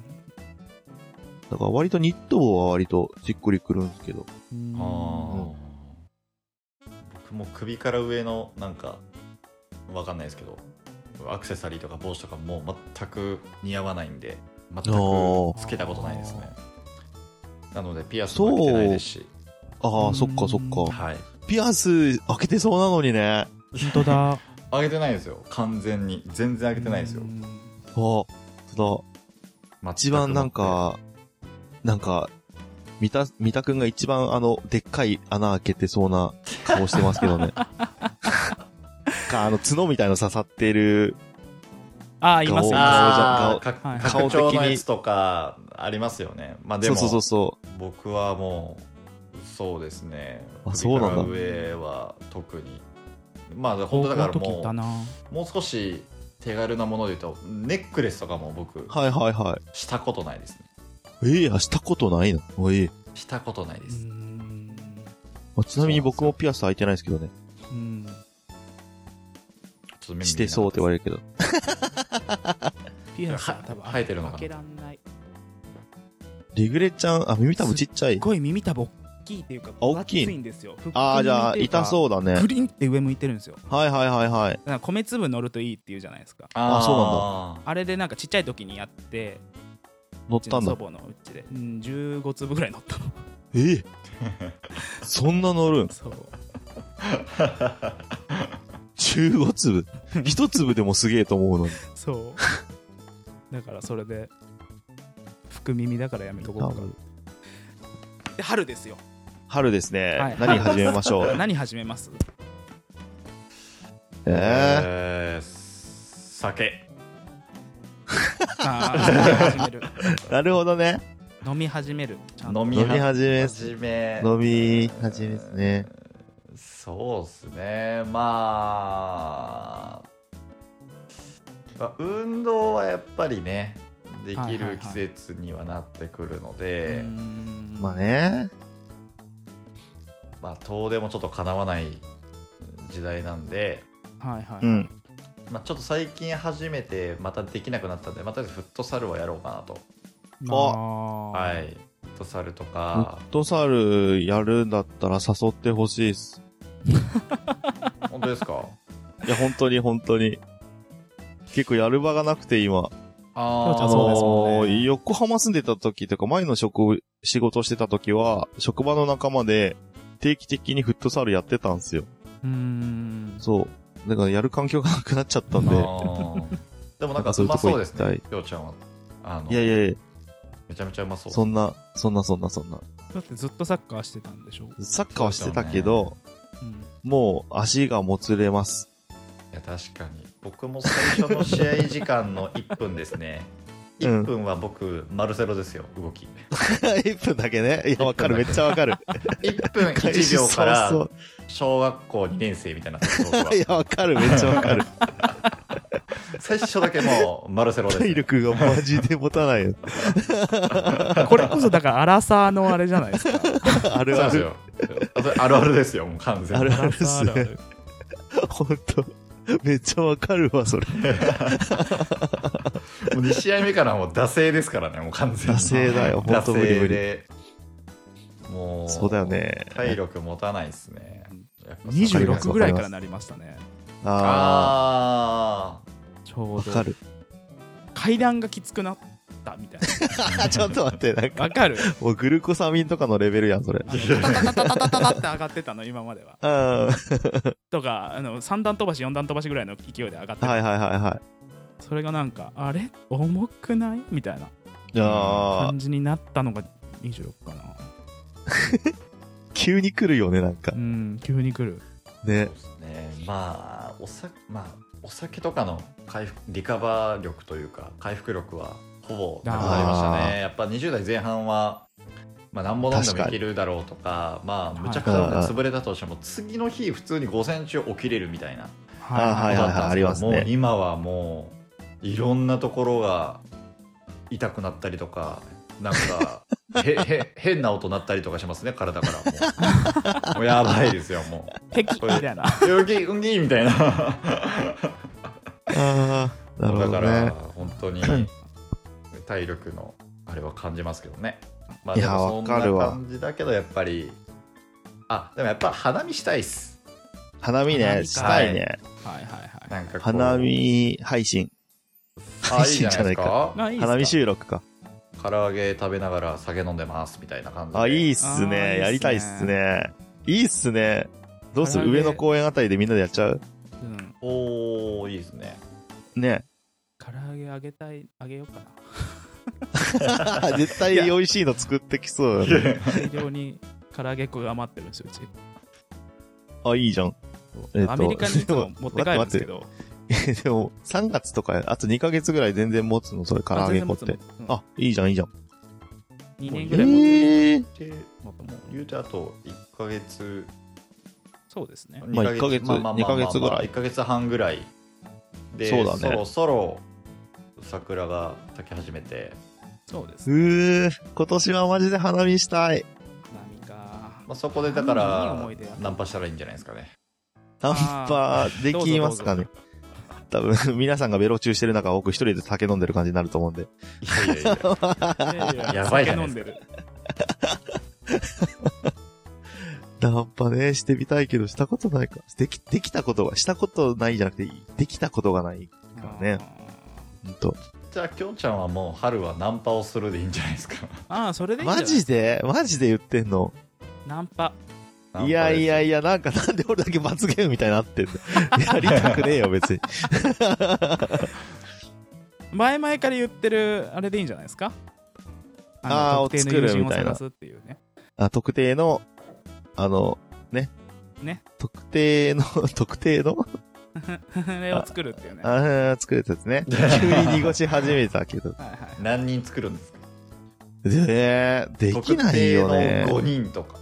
Speaker 2: だから割とニット帽は割としっくりくるんですけど。
Speaker 1: あ
Speaker 3: う
Speaker 1: ー僕も首から上のなんかわかんないですけどアクセサリーとか帽子とかもう全く似合わないんで全くつけたことないですねなのでピアスも開けてないですし
Speaker 2: ああ、そっかそっか。
Speaker 1: はい
Speaker 2: ピアス開けてそうなのにね。
Speaker 3: 本当だ。
Speaker 1: 開けてないですよ完全に全然開けてないですよ
Speaker 3: うん。
Speaker 2: ああ、そうだ。一番なんか、なんか、三田、三田くんが一番あの、でっかい穴開けてそうな顔してます けどね。か、あの、角みたいの刺さってる。
Speaker 3: ああ、いますいま
Speaker 1: あー
Speaker 2: 顔
Speaker 1: か
Speaker 3: はい
Speaker 1: 拡
Speaker 2: 顔
Speaker 1: 張
Speaker 2: 的
Speaker 1: の
Speaker 2: に
Speaker 1: やつとかありますよねまあで
Speaker 2: そう
Speaker 1: も
Speaker 2: そうそうそ
Speaker 1: 僕はもうそうですね
Speaker 2: あそうなんだ
Speaker 1: 首から上は特にまあ
Speaker 3: す。
Speaker 1: 本当だか
Speaker 3: 高
Speaker 1: ら
Speaker 3: 校の時行
Speaker 1: も
Speaker 3: っ
Speaker 1: う
Speaker 3: たな。
Speaker 1: もう少し手軽なもので言うとネックレスとかも僕
Speaker 2: う。はいはいは
Speaker 1: したことないですね
Speaker 2: い。ええあしたことないのおい、
Speaker 1: したことないで
Speaker 3: う
Speaker 1: す、
Speaker 3: ん
Speaker 2: まあちなみに僕もピアス開いてないですけどね。
Speaker 3: うん
Speaker 1: ちょっと目に見えなかったです
Speaker 2: してそうって言われるけど。
Speaker 3: ピアスは多分
Speaker 1: は生えてるのかな
Speaker 3: 開けらんない。す
Speaker 2: リグレちゃん、あ、耳たぶちっちゃい。
Speaker 3: ごい耳たぶ大きいっていうか、
Speaker 2: 大きい
Speaker 3: 分厚いんですよ。
Speaker 2: ああ、じゃあ、痛
Speaker 3: う
Speaker 2: そうだね
Speaker 3: か。。グリンって上向いてるんですよ。
Speaker 2: はいはいはいはい
Speaker 3: だ。から米粒乗るといいっていうじゃないですか。
Speaker 1: あ
Speaker 2: あそう
Speaker 1: そ
Speaker 3: あれでなんかちっちゃい時にやって、
Speaker 2: 乗っ
Speaker 3: うち
Speaker 2: た
Speaker 3: の
Speaker 2: ん
Speaker 3: 祖
Speaker 2: だ。
Speaker 3: 母のうちで、うん、15粒ぐらい乗ったの。
Speaker 2: ええそんな乗るん
Speaker 3: そう。
Speaker 2: 15粒。1粒で もすげえと思うのに。
Speaker 3: そう。だからそれで、福耳だからやめとこうかな。で、春ですよ。
Speaker 2: 春ですね。
Speaker 3: はい
Speaker 2: 何始めましょ う。
Speaker 3: 何始 めます
Speaker 1: うえ
Speaker 2: え
Speaker 1: ー酒
Speaker 3: あー飲み始める。
Speaker 2: ー、なるほどね。
Speaker 3: 飲み始める。ちゃんと
Speaker 1: 飲み
Speaker 2: 飲み始め、
Speaker 1: 始め
Speaker 2: 飲み始めですね。
Speaker 1: そうですねまあまあ運動はやっぱりねで
Speaker 3: はい
Speaker 1: き
Speaker 3: はいは
Speaker 1: る
Speaker 3: い
Speaker 1: 季節にはなってくるの
Speaker 3: う
Speaker 1: で、
Speaker 3: ん
Speaker 2: まあね。
Speaker 1: まあ遠出もちょっとかなわない時代なんで、
Speaker 3: はいは
Speaker 2: う
Speaker 3: い。
Speaker 2: ん。
Speaker 1: まあ、ちょっと最近初めてまたできなくなったんでまたフットサルをやろうかなと
Speaker 3: は
Speaker 1: はい。フットサルと
Speaker 2: フ
Speaker 1: か
Speaker 2: ットサルやるんだったら誘ってほしいっす。
Speaker 1: 本当ですか
Speaker 2: いや、本当に本当に。結構やる場がなくて今。
Speaker 1: あ
Speaker 3: あ
Speaker 2: あ
Speaker 3: そう
Speaker 2: の
Speaker 3: ですもんね
Speaker 2: ー横浜住んでた時とか、前の職、仕事してた時は、職場の仲間で定期的にフットサルやってたんですよ。
Speaker 3: うーん。
Speaker 2: そう。だからやる環境がなくなっちゃったんで。
Speaker 1: ででもなんかうまそうです
Speaker 2: なんかそういう
Speaker 1: ね
Speaker 2: と
Speaker 1: りょうちゃんはあの
Speaker 2: いやいやいや、
Speaker 1: めちゃめちゃうまそう
Speaker 2: そんな、そんなそんなそんな。
Speaker 3: だってずっとサッカーしてたんでしょ。
Speaker 2: サッカーはしてたけど、
Speaker 3: うん
Speaker 2: もう足がもつれ ます。
Speaker 1: いや確かに僕も最初の試合時間の1分ですね
Speaker 2: うん
Speaker 1: 1分は僕マルセロですよ動 き
Speaker 2: 1分だけね。いや、わかる。めっちゃわ かる。
Speaker 1: 1分1秒か
Speaker 2: そ
Speaker 1: ら
Speaker 2: う
Speaker 1: 小学校2年生みたいな僕は
Speaker 2: そう。いや、わかる。めっちゃわ かる。
Speaker 1: 最初だけもうマルセロです、
Speaker 2: 体
Speaker 1: ね、
Speaker 2: 力がマジで持たない よ。
Speaker 3: これこそだからアラサーのあれじゃないですか。
Speaker 1: そ
Speaker 2: ある
Speaker 1: うで
Speaker 2: あ
Speaker 1: す
Speaker 2: る。
Speaker 1: よそれあるあるですよもう完全
Speaker 2: あ
Speaker 1: に
Speaker 2: る
Speaker 3: ア
Speaker 2: ある
Speaker 3: ラ
Speaker 2: っす
Speaker 3: サーあるあ
Speaker 2: ね。
Speaker 3: る
Speaker 2: ほんと。めっちゃわかるわ、それ。
Speaker 1: もう2試合目からもう惰性ですからねもう完全に
Speaker 2: 惰性だよ。ほん
Speaker 1: 惰
Speaker 2: と無理無
Speaker 1: 性
Speaker 2: 理。
Speaker 1: でもう
Speaker 2: そうだよね。
Speaker 1: 体力持たないですねやっぱ
Speaker 3: 26ぐらいからなりましたね。
Speaker 2: あ
Speaker 1: あ
Speaker 3: ちょ
Speaker 2: あ。
Speaker 3: う
Speaker 2: わ
Speaker 3: ど。
Speaker 2: かる。
Speaker 3: 階段がきつくなったみたい
Speaker 2: あ、ちょっと待って。なん
Speaker 3: な。
Speaker 2: か
Speaker 3: わ、か る
Speaker 2: もうグルコサミンとかのレベルやん、それ。
Speaker 3: あのタタタタタタタって上がってたの、今までは。
Speaker 2: うん。
Speaker 3: とか、あの3段飛ばし、4段飛ばしぐらいの勢いで上がってた
Speaker 2: はいはいはいは。
Speaker 3: それがなんか、あれ重くないみたいない
Speaker 2: いやー
Speaker 3: 感じになったのが26かな。
Speaker 2: 急に来るよね、なんか
Speaker 3: う。ん、急に来る。
Speaker 1: あ
Speaker 2: ね。
Speaker 1: ねまあおさまあお酒とかの回復リカバー力というか回復力はほぼなくなりました
Speaker 2: あー
Speaker 1: ねやっぱ20代前半はまあ何も飲んでもいけるだろうとかまあむちゃくちゃ飲んで潰れたとしても次の日普通に午前中起きれるみたいな
Speaker 2: は
Speaker 1: こと
Speaker 2: い
Speaker 1: だったんですけど
Speaker 2: ありますね
Speaker 1: もう今はもういろんなところが痛くなったりとかなん かへへ変な音鳴ったりとかしますね体からもう もうやばいですよも
Speaker 3: 敵みた いな。
Speaker 1: う「ウギウギ」みたいな
Speaker 2: ああ、なる
Speaker 1: だ
Speaker 2: ほ
Speaker 1: か
Speaker 2: ど
Speaker 1: ら
Speaker 2: ね。
Speaker 1: 本当に体力のあれは感じますけどねまあ
Speaker 2: い
Speaker 1: で
Speaker 2: や
Speaker 1: もそんな
Speaker 2: わかるわ
Speaker 1: 感じだけどやっぱりあでもやっぱ花見したいっす
Speaker 2: 花見ね
Speaker 3: 花見か、
Speaker 2: したいね。
Speaker 3: はいはいは
Speaker 1: ないんかこう
Speaker 2: 花見配信。
Speaker 1: あいいじゃないですか
Speaker 3: まあいいっすか
Speaker 2: 花見収録か。
Speaker 1: 唐揚げ食べながら酒飲んでますみたいな感じで
Speaker 2: あ、いい
Speaker 1: い
Speaker 2: っす
Speaker 3: あーいいっす
Speaker 2: ね。
Speaker 3: ね
Speaker 2: やりたいっすね。いいっすね。どうす
Speaker 3: 唐
Speaker 2: る
Speaker 3: 揚げ
Speaker 2: 上の公園あたりでみんなでやっちゃう
Speaker 3: うん
Speaker 1: おおいいですね
Speaker 2: ね。
Speaker 3: 唐揚げあげたいあげようかな
Speaker 2: 絶対美味しいの作ってきそうだね。
Speaker 3: 大量に唐揚げ粉が余ってるんですようち
Speaker 2: あ、いいじゃん。 えっと
Speaker 3: アメリカにいつも持って帰るんですけ ど
Speaker 2: でも、3月とか、あと2ヶ月ぐらい全然持つの、それ、唐揚げ粉って
Speaker 3: あ全然持。つ持つうん
Speaker 2: あ、いいじゃん、いいじゃん。
Speaker 1: もう
Speaker 3: 2年ぐらい持ってる
Speaker 2: えー、
Speaker 1: で
Speaker 3: もっともう
Speaker 1: 言うてあと1ヶ月
Speaker 3: そうですね
Speaker 2: まあ一ヶ月二ヶ月ぐらい
Speaker 1: 1ヶ月半ぐらいで
Speaker 2: そうだね
Speaker 1: ろそろ桜が咲き始めて、
Speaker 3: そうです
Speaker 2: う
Speaker 3: ね
Speaker 2: ー、今年はマジで花見したい。
Speaker 3: 何か
Speaker 1: まあ、そこでだか
Speaker 3: 花見にいい
Speaker 1: ら
Speaker 3: 思い出ある
Speaker 1: ナンパしたらいいんじゃないですかね
Speaker 2: ナンパできますかね
Speaker 3: どうぞ
Speaker 2: 多分、 皆さんがベロ中してる中、僕一人で酒飲んでる感じになると思うんで。
Speaker 1: いやいやいや
Speaker 3: いやいや
Speaker 1: やばいじ
Speaker 3: 酒
Speaker 1: ゃな
Speaker 3: 飲
Speaker 1: い
Speaker 3: ん
Speaker 1: で
Speaker 3: です
Speaker 1: か
Speaker 3: る
Speaker 2: ナンパね、してみたいけど、したことないか。でき、できたことが、したことないじゃなくて、できたことがない。ねほんと。
Speaker 1: じゃあきょんちゃんはもう春はナンパをするでいいんじゃないですか
Speaker 3: あーあーそれでいいんじゃ
Speaker 2: マ
Speaker 3: ない
Speaker 2: ジでマジで言ってんの
Speaker 3: ナンパ
Speaker 1: ナンパです
Speaker 2: いやいやいや、なんかなんで俺だけ罰ゲームみたいになってんの やりたくねえよ、別に。
Speaker 3: 前々から言ってるあれでいいんじゃないですか
Speaker 2: あー
Speaker 3: の特定の友人を探すっていうね
Speaker 2: あ特定の、あの、ね。
Speaker 3: ね。
Speaker 2: 特定の、 特定の、
Speaker 3: あれを作るっていうねはい
Speaker 2: あー作れたやつ ね。急に濁し始めたけど。
Speaker 3: はい
Speaker 1: 何人作るんですか
Speaker 2: でね、できないよね
Speaker 1: 特定。の5人とか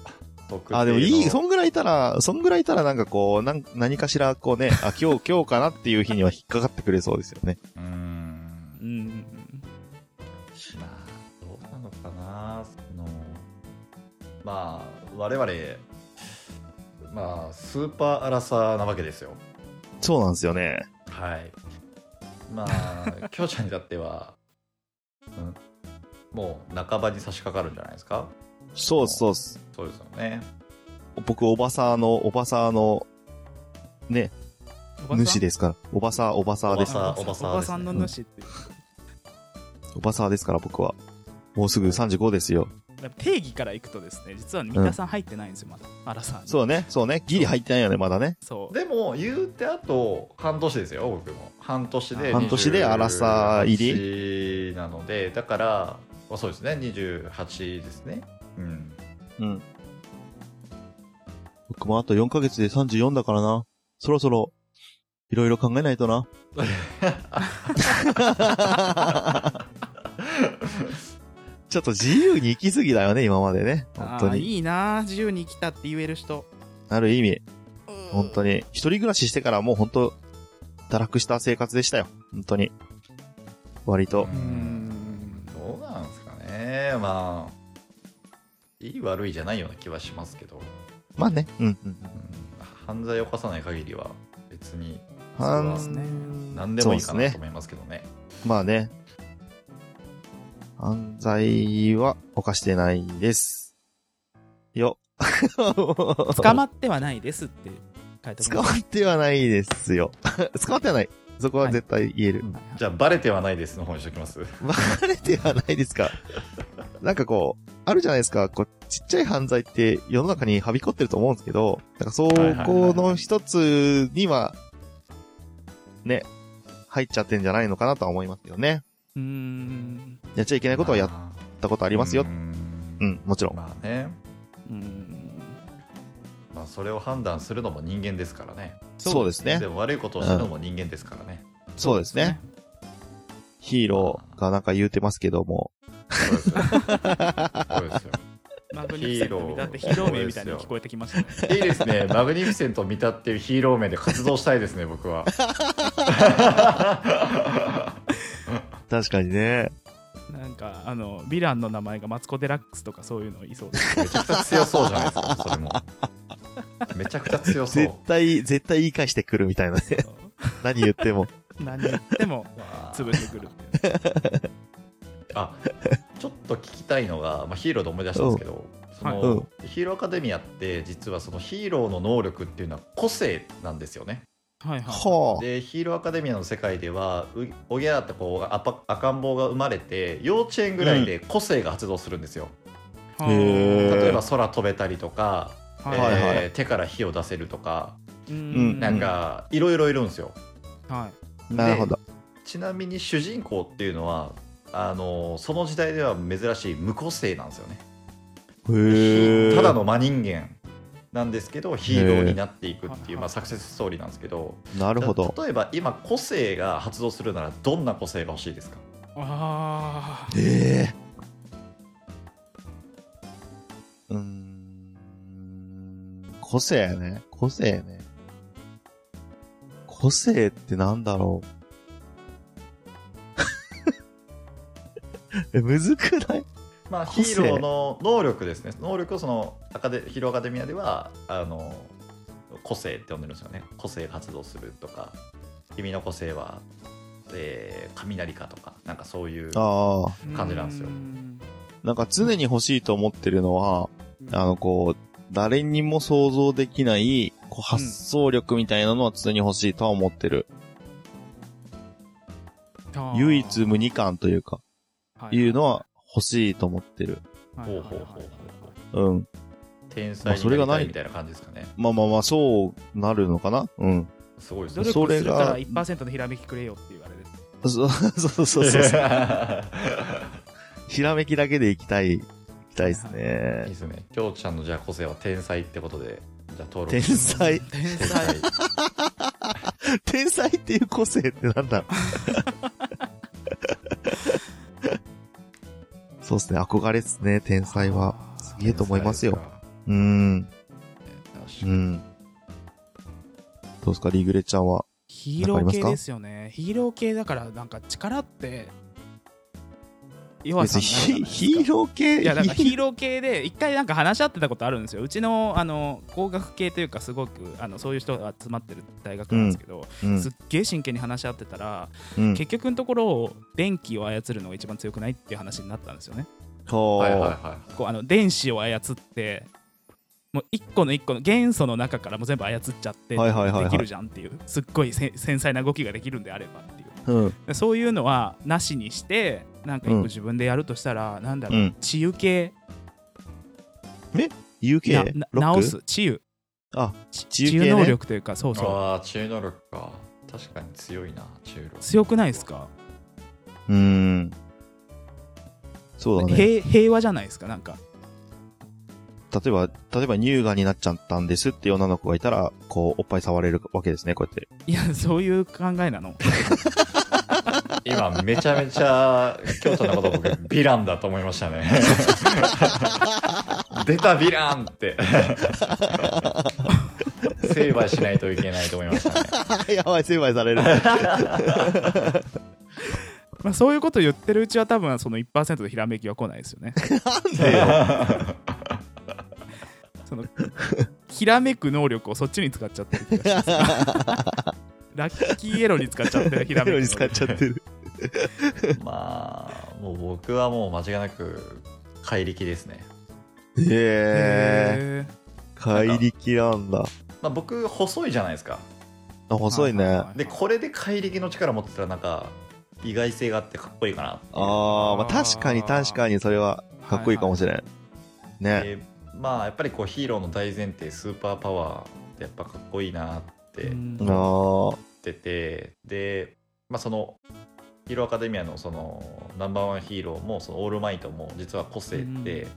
Speaker 1: 特定の
Speaker 2: あ、でもいい、そんぐらいいたら、そんぐらいいたらなんかこう、なん何かしらこうね、あ、今日、今日かなっていう日には引っかかってくれそうですよね。
Speaker 1: うーん
Speaker 3: うんうんうん
Speaker 1: まあどうなのかなそのまあ我々まあスーパーアラサーなわけですよ
Speaker 2: そうなんですよね。
Speaker 1: はいま あきょうちゃんにだっては、うん、もう半ばに差し掛かるんじゃないですか
Speaker 2: そうっすそうっす。
Speaker 1: そうですよね
Speaker 2: 僕、おばさーの、おばさーの、ね、
Speaker 3: おばさん
Speaker 2: 主ですから。おばさー、おばさーです。
Speaker 1: お
Speaker 3: お
Speaker 1: ば
Speaker 3: ば
Speaker 1: さ
Speaker 3: さ
Speaker 1: ん
Speaker 3: ん
Speaker 1: おばさんですね
Speaker 3: おばさんの主っていう
Speaker 2: おばさーですから、僕は。もうすぐ35ですよ。
Speaker 3: やっぱ定義からいくとですね実は三田さん入ってないんですよまだアラさんに
Speaker 2: そうね、そうね。ギリ入ってないよね、まだね。
Speaker 3: そう
Speaker 1: でも言うてあと半年ですよ僕も半年で
Speaker 2: 半年でアラサー入
Speaker 1: りなのでだから、まあ、そうですね28ですねうん
Speaker 2: うん。僕もあと4ヶ月で34だからな。そろそろ、いろいろ考えないとな。ちょっと自由に行き過ぎだよね、今までね。本当
Speaker 3: あー
Speaker 2: に。
Speaker 3: いいな自由に生きたって言える人
Speaker 2: ある意味、本当
Speaker 3: に
Speaker 2: に。一人暮らししてからもう本当、堕落した生活でしたよ。本当に。割と。
Speaker 3: うん
Speaker 1: どうなんですかねまあいい悪いじゃないような気はしますけど、
Speaker 2: まあね。うん、うん。
Speaker 1: うん犯罪を犯さない限りは別に
Speaker 2: はん
Speaker 3: そうですね
Speaker 1: 何でもいいか
Speaker 2: そうで
Speaker 1: な
Speaker 2: すね
Speaker 1: と思いますけどね
Speaker 2: まあね。犯罪は犯してないです。よ。
Speaker 3: 捕
Speaker 2: 捕
Speaker 3: まってはないですって書いて
Speaker 2: 捕まってはないですよ。 捕まってはない。そこは絶対言える。
Speaker 1: じゃあバレてはないですの方にしときます
Speaker 2: バレてはないですか。なんかこう、あるじゃないですか。こう、ちっちゃい犯罪って世の中にはびこってると思うんですけど、なんかそ
Speaker 1: はいはいはい
Speaker 2: この一つには、ね、入っちゃってんじゃないのかなとは思いますけどね。
Speaker 3: うーん
Speaker 2: やっちゃいけないことはやっ
Speaker 1: まあ
Speaker 2: たことありますよ
Speaker 1: う。ん
Speaker 2: うん、もちろん。
Speaker 1: まあね、
Speaker 3: うーん
Speaker 1: まあ、それを判断するのも人間ですからね
Speaker 2: そうですね
Speaker 1: で。も悪いことをするのも人間ですからね、
Speaker 2: そうですね。ヒーローがなんか言うてますけども。
Speaker 1: そうですよそうですよ
Speaker 3: マグニフィセントみたいだってヒーロー名みたいに聞こえてきましたね
Speaker 1: いいですね。マグニフィセント見たっていうヒーロー名で活動したいですね、僕は。
Speaker 2: 確かにね。
Speaker 3: なんかあのヴィランの名前がマツコ・デラックスとかそういうのいそうです
Speaker 1: めちゃくちゃ強そうじゃないですか、それも。めちゃくちゃ強そ
Speaker 2: 絶
Speaker 1: う。
Speaker 2: 対、絶対言い返してくるみたいな ね。何言っても。
Speaker 3: 何言っても
Speaker 1: わあ
Speaker 3: 潰してくるっていう
Speaker 1: あちょっと聞きたいのが、まあ、ヒーローで思い出したんですけど、その
Speaker 2: は
Speaker 1: ヒーローアカデミアって実はそのヒーローの能力っていうのは個性なんですよね。
Speaker 3: はいはい。
Speaker 2: は
Speaker 1: でヒーローアカデミアの世界ではうおぎゃーってこうあぱ赤ん坊が生まれて幼稚園ぐらいで個性が発動するんですよ。
Speaker 2: あへー
Speaker 1: 例えば空飛べたりとか、
Speaker 3: はい
Speaker 1: え
Speaker 2: はい
Speaker 1: ー手から火を出せるとか、
Speaker 3: う
Speaker 2: うん
Speaker 3: ん
Speaker 1: なんかいろいろいるんですよ。
Speaker 3: は
Speaker 2: あ。なるほど。
Speaker 1: ちなみに主人公っていうのはあのその時代では珍しい無個性なんですよね。
Speaker 2: へえ。
Speaker 1: ただの。真人間なんですけどヒーローになっていくってい
Speaker 3: へー
Speaker 1: う、まあ、サクセスストーリーなんですけど
Speaker 2: なるほど。
Speaker 1: 例えば今個性が発動するならどんな個性が欲しいですか
Speaker 3: い。ああ。
Speaker 2: ええ。うーん。個性ね。個性ね。個性ってなんだ ろう。え、むずくない
Speaker 1: まあ、ヒ
Speaker 2: 個性
Speaker 1: ーローの能力ですね能力をそのアカデヒーローアカデミアではあの個性って呼んでるんですよね個性が発動するとか君の個性は、えー雷かとかなんかそういう
Speaker 2: ああ。
Speaker 1: 感じなんですよ
Speaker 2: なんか常に欲しいと思ってるのは、あ
Speaker 3: の、
Speaker 2: の、こう、誰にも想像できない、こう、発想力みたいなのは常に欲しいとは思ってる。
Speaker 3: あー
Speaker 2: 唯一、無二感というか、いうのは欲しいと思ってる。
Speaker 3: は
Speaker 1: ほ
Speaker 3: いは
Speaker 1: う
Speaker 3: いは
Speaker 1: ほう
Speaker 3: いは
Speaker 1: ほう
Speaker 3: い
Speaker 1: ほうほう
Speaker 2: うん。
Speaker 1: 天才
Speaker 2: まあそれ
Speaker 1: に
Speaker 2: が
Speaker 1: なりた
Speaker 2: ない
Speaker 1: いみたいな感じですかね
Speaker 2: まあまあまあ、そうなるのかなうん。
Speaker 1: すごいです
Speaker 3: 努
Speaker 1: ね
Speaker 3: 力
Speaker 2: それ
Speaker 3: するか
Speaker 2: が
Speaker 3: ら1%のひらめきくれよっていうあれです。
Speaker 2: そ そうそうそう そう。 ひらめきだけでいきたい、いきたいです
Speaker 1: いい
Speaker 2: ね
Speaker 1: で。すね。きょうちゃんのじゃあ個性は天才ってことで、じゃあ登録。
Speaker 2: 天才、
Speaker 3: 天
Speaker 1: 天
Speaker 3: 才。
Speaker 1: 才。
Speaker 2: 天才っていう個性ってなんだそうですね、憧れっすね、天才は。すげえと思いますよ。うーん。う
Speaker 1: 天才か。
Speaker 2: ん。どうですか、リグレちゃんは。
Speaker 3: ヒーロー系ですよね。ヒーロー系だから、なんか力って、弱
Speaker 2: 別
Speaker 3: さ
Speaker 2: に
Speaker 3: になるじ
Speaker 2: ヒ
Speaker 3: ゃないです
Speaker 2: ヒ
Speaker 3: か
Speaker 2: ーロー系
Speaker 3: いやなんかヒ
Speaker 2: ヒ
Speaker 3: ーロー系で一回なんか話し合ってたことあるんですようちのあの工学系というかすごくあのそういう人が集まってる大学なんですけど、
Speaker 2: うん
Speaker 3: すっげえ真剣に話し合ってたら、
Speaker 2: うん
Speaker 3: 結局のところ電気を操るのが一番強くないっていう話になったんですよね
Speaker 2: 構
Speaker 1: はいはいは
Speaker 3: こうあの電子を操ってもう一個の一個の元素の中からもう全部操っちゃって
Speaker 2: はいはいはいはい
Speaker 3: できるじゃんっていうすっごいせ繊細な動きができるんであればっていう
Speaker 2: うん。
Speaker 3: でそういうのはなしにしてなんか一
Speaker 2: うん
Speaker 3: 個自分でやるとしたら、なんだろう、
Speaker 2: うん
Speaker 3: 治癒系な
Speaker 2: UK?
Speaker 3: な
Speaker 2: ロック
Speaker 3: 治す治癒
Speaker 2: あ、
Speaker 3: ち
Speaker 2: 治癒
Speaker 3: 治
Speaker 2: 系ね
Speaker 3: 癒能力というかそう
Speaker 1: い。
Speaker 3: そう
Speaker 1: ああ、中能力か。確かに強いな、中能
Speaker 3: 強くないですか、
Speaker 2: うーん。そうだね。例
Speaker 3: 平平和じゃないですかなんか
Speaker 2: えば、例えば乳がんになっちゃったんですっていう女の子がいたら、こう、おっぱい触れるわけですね、こうやって。
Speaker 3: いやそういう考えなの
Speaker 1: 今、めちゃめちゃ、きょうちゃんのこと僕、ヴィランだと思いましたね。出たヴィランって。成敗しないといけないと思いましたね。
Speaker 2: やばい、成敗さ れる。
Speaker 3: まあそういうこと言ってるうちは多分その1%のひらめきは来ないですよねそのひらめく能力をそっちに使っちゃってる気がしますラッキーエロに使っちゃってるひらめく能
Speaker 2: に
Speaker 3: 力
Speaker 2: 使っちゃって る。
Speaker 1: まあ、もう僕はもう間違いなく、怪力ですね。
Speaker 2: へえ。
Speaker 3: へ
Speaker 2: 怪力なんだ。
Speaker 1: まあ、僕、細いじゃないですか。
Speaker 2: あ、細い
Speaker 3: は
Speaker 2: ね
Speaker 3: は。は
Speaker 1: でこれで怪力の力持ってたらなんか意外性があってかっこいいかなっていう
Speaker 2: あー、まあ確かに確かにそれはかっこいいかもしれん。ね。
Speaker 1: でまあやっぱりこうヒーローの大前提スーパーパワーってやっぱかっこいいなって
Speaker 3: う
Speaker 1: 言っ
Speaker 3: ん
Speaker 2: あー。
Speaker 1: てて、でまあそのヒーローアカデミアのそのナンバーワンヒーローもそのオールマイトも実は個性って、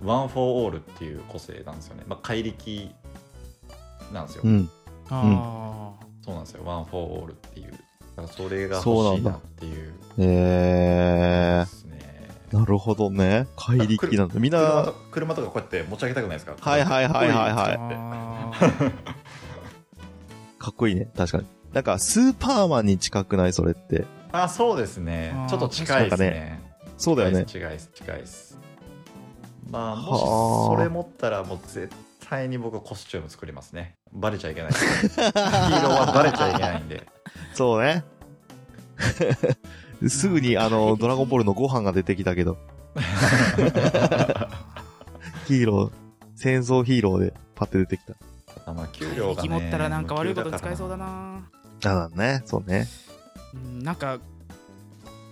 Speaker 1: ワン・フォー・オールっていう個性なんですよね、まあ、怪力なんですよ、
Speaker 2: うん。
Speaker 3: あー
Speaker 1: そうなんですよワン・フォー・オールっていうだからそれが
Speaker 2: そうな
Speaker 1: 欲し
Speaker 2: ん
Speaker 1: い
Speaker 2: だ
Speaker 1: なっていう
Speaker 2: え
Speaker 1: ですね
Speaker 2: ー。なるほどね。怪力なんだ。みん
Speaker 1: 車
Speaker 2: な
Speaker 1: と、車とかこうやって持ち上げたくないですか
Speaker 2: はいはいはいはいはい
Speaker 3: あ
Speaker 2: かっこいいね。確かに。なんか、スーパーマンに近くないそれって。
Speaker 1: あそうですね
Speaker 3: あー
Speaker 1: ちょっと近いですね
Speaker 2: そうだよね。
Speaker 1: 近いです近いですまあ
Speaker 2: は
Speaker 1: も
Speaker 2: あ
Speaker 1: しそれ持ったらもう絶対に僕はコスチューム作りますねバレちゃいけないヒーローはバレちゃいけないん で
Speaker 2: そうね。すぐに、あの、ドラゴンボールのご飯が出てきたけど。ヒーロー、戦争ヒーローでパッて出てきた。
Speaker 1: あまあ給料が、
Speaker 3: 生き
Speaker 1: ね、
Speaker 3: 持ったらなんか悪いことに使えそうだ
Speaker 1: 無給
Speaker 3: な。
Speaker 2: あだね、そうね。
Speaker 3: うんなんか、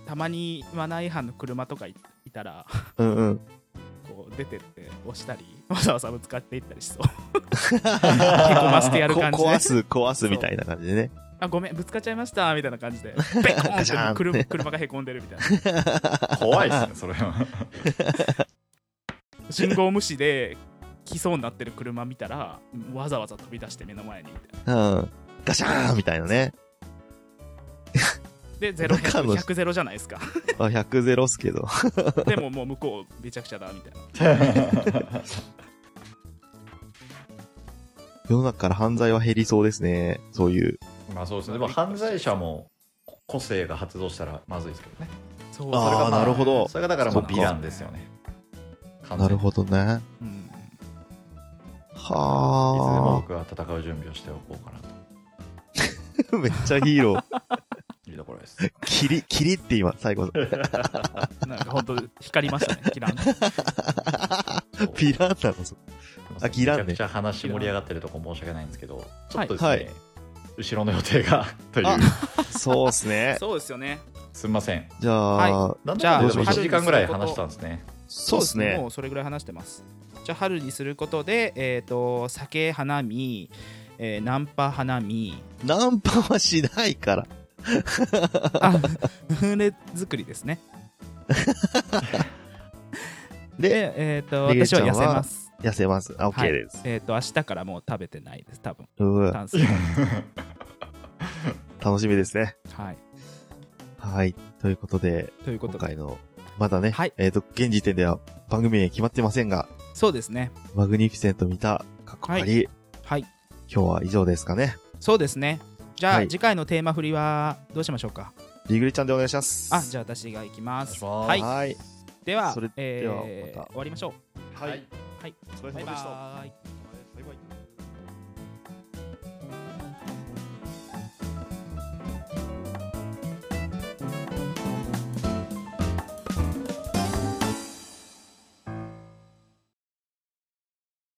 Speaker 3: たまにマナー違反の車とかいいたら、
Speaker 2: うんうん。
Speaker 3: こう出てって押したり、わざわざぶつかっていったり しそう。こましてやる感じね
Speaker 2: こ壊す、壊すみたいな感じでね。
Speaker 3: あ、ごめん、ぶつかっちゃいましたみたいな感 じで、ベコ
Speaker 2: ガチャ
Speaker 3: ー
Speaker 2: ーン
Speaker 3: ン
Speaker 2: っ
Speaker 3: ってて車車がへこんでるみたいな。
Speaker 1: からな怖いです ねそれは
Speaker 3: 信号無視で来そうになってる車見たら、わざわざ飛び出して目の前にみたいな。
Speaker 2: うん。ガシャーンみたいな ね。
Speaker 3: で、0、
Speaker 2: 中の
Speaker 3: 100、100ゼロじゃないで すか。
Speaker 2: あ100ゼロっすけど。
Speaker 3: でももう向こう、めちゃくちゃだみたいな。
Speaker 2: 世の中から犯罪は減りそうですね。そういう。
Speaker 1: まあそうですねでも犯罪者も個性が発動したらまずいですけどね
Speaker 3: そう
Speaker 2: あー
Speaker 1: それがま
Speaker 2: なるほど
Speaker 1: それがだからもう
Speaker 2: そっ
Speaker 1: ヴ
Speaker 2: か
Speaker 1: ィランですよね
Speaker 2: なるほどね。
Speaker 3: うん
Speaker 1: いつでも
Speaker 2: は
Speaker 1: 僕は戦う準備をしておこうかなと
Speaker 2: あ。めっちゃヒーロ ー。
Speaker 1: いうところです
Speaker 2: キリ、キリって今、最後。
Speaker 3: なんか本当光りましたね、 キラン。
Speaker 2: ピランなのそあギランね
Speaker 1: めちゃくちゃ話盛り上がってるとこ申し訳ないんですけどちょっとですね、
Speaker 2: はいはい
Speaker 1: 後ろの予定がという
Speaker 2: あそうっすね。
Speaker 3: そうですよね。
Speaker 1: すみません
Speaker 2: じゃあ、
Speaker 1: なん
Speaker 3: じゃ
Speaker 1: だかんだでも
Speaker 2: ど
Speaker 3: あ
Speaker 2: うしましょ
Speaker 1: 1
Speaker 2: う
Speaker 1: 時間ぐらい話したんですね
Speaker 2: そうっすね
Speaker 3: も。うそれぐらい話してます。じゃあ春にすることで、えっ、と、酒花見、えーナンパ花見、
Speaker 2: ナンパはしないから。
Speaker 3: あ、フレ作り ですね。
Speaker 2: で、
Speaker 3: で、えっ、と、
Speaker 2: りげ
Speaker 3: 私
Speaker 2: ちゃ
Speaker 3: は
Speaker 2: んは
Speaker 3: 痩せます。
Speaker 2: 痩せます。あ、
Speaker 3: はい
Speaker 2: OK です。
Speaker 3: えっ、と、明日からもう食べてないです、多分。
Speaker 2: うー
Speaker 3: 炭水化
Speaker 2: 楽しみですね。
Speaker 3: 物はい。
Speaker 2: はい。ということで、
Speaker 3: というこ
Speaker 2: 今
Speaker 3: とで、
Speaker 2: 回の、まだね、
Speaker 3: はい
Speaker 2: えっ、と、現時点では番組名決まってませんが、
Speaker 3: そうですね。
Speaker 2: マグニフィセント見た、かっこかり、
Speaker 3: はい。
Speaker 2: 今日は以上ですかね。
Speaker 3: そうですね。じゃあ、
Speaker 2: はい
Speaker 3: 次回のテーマ振りはどうしましょうか
Speaker 2: リグリちゃんでお願いします。
Speaker 3: あ、じゃあ私が行きます。
Speaker 1: お
Speaker 3: は
Speaker 1: 願
Speaker 2: はいい。
Speaker 1: し
Speaker 3: い。
Speaker 2: はい。
Speaker 3: では、
Speaker 2: それではまた
Speaker 3: えー終わりましょう。
Speaker 1: はい
Speaker 3: はい。
Speaker 2: お疲れ様
Speaker 3: バイ
Speaker 2: でした
Speaker 3: バーイ。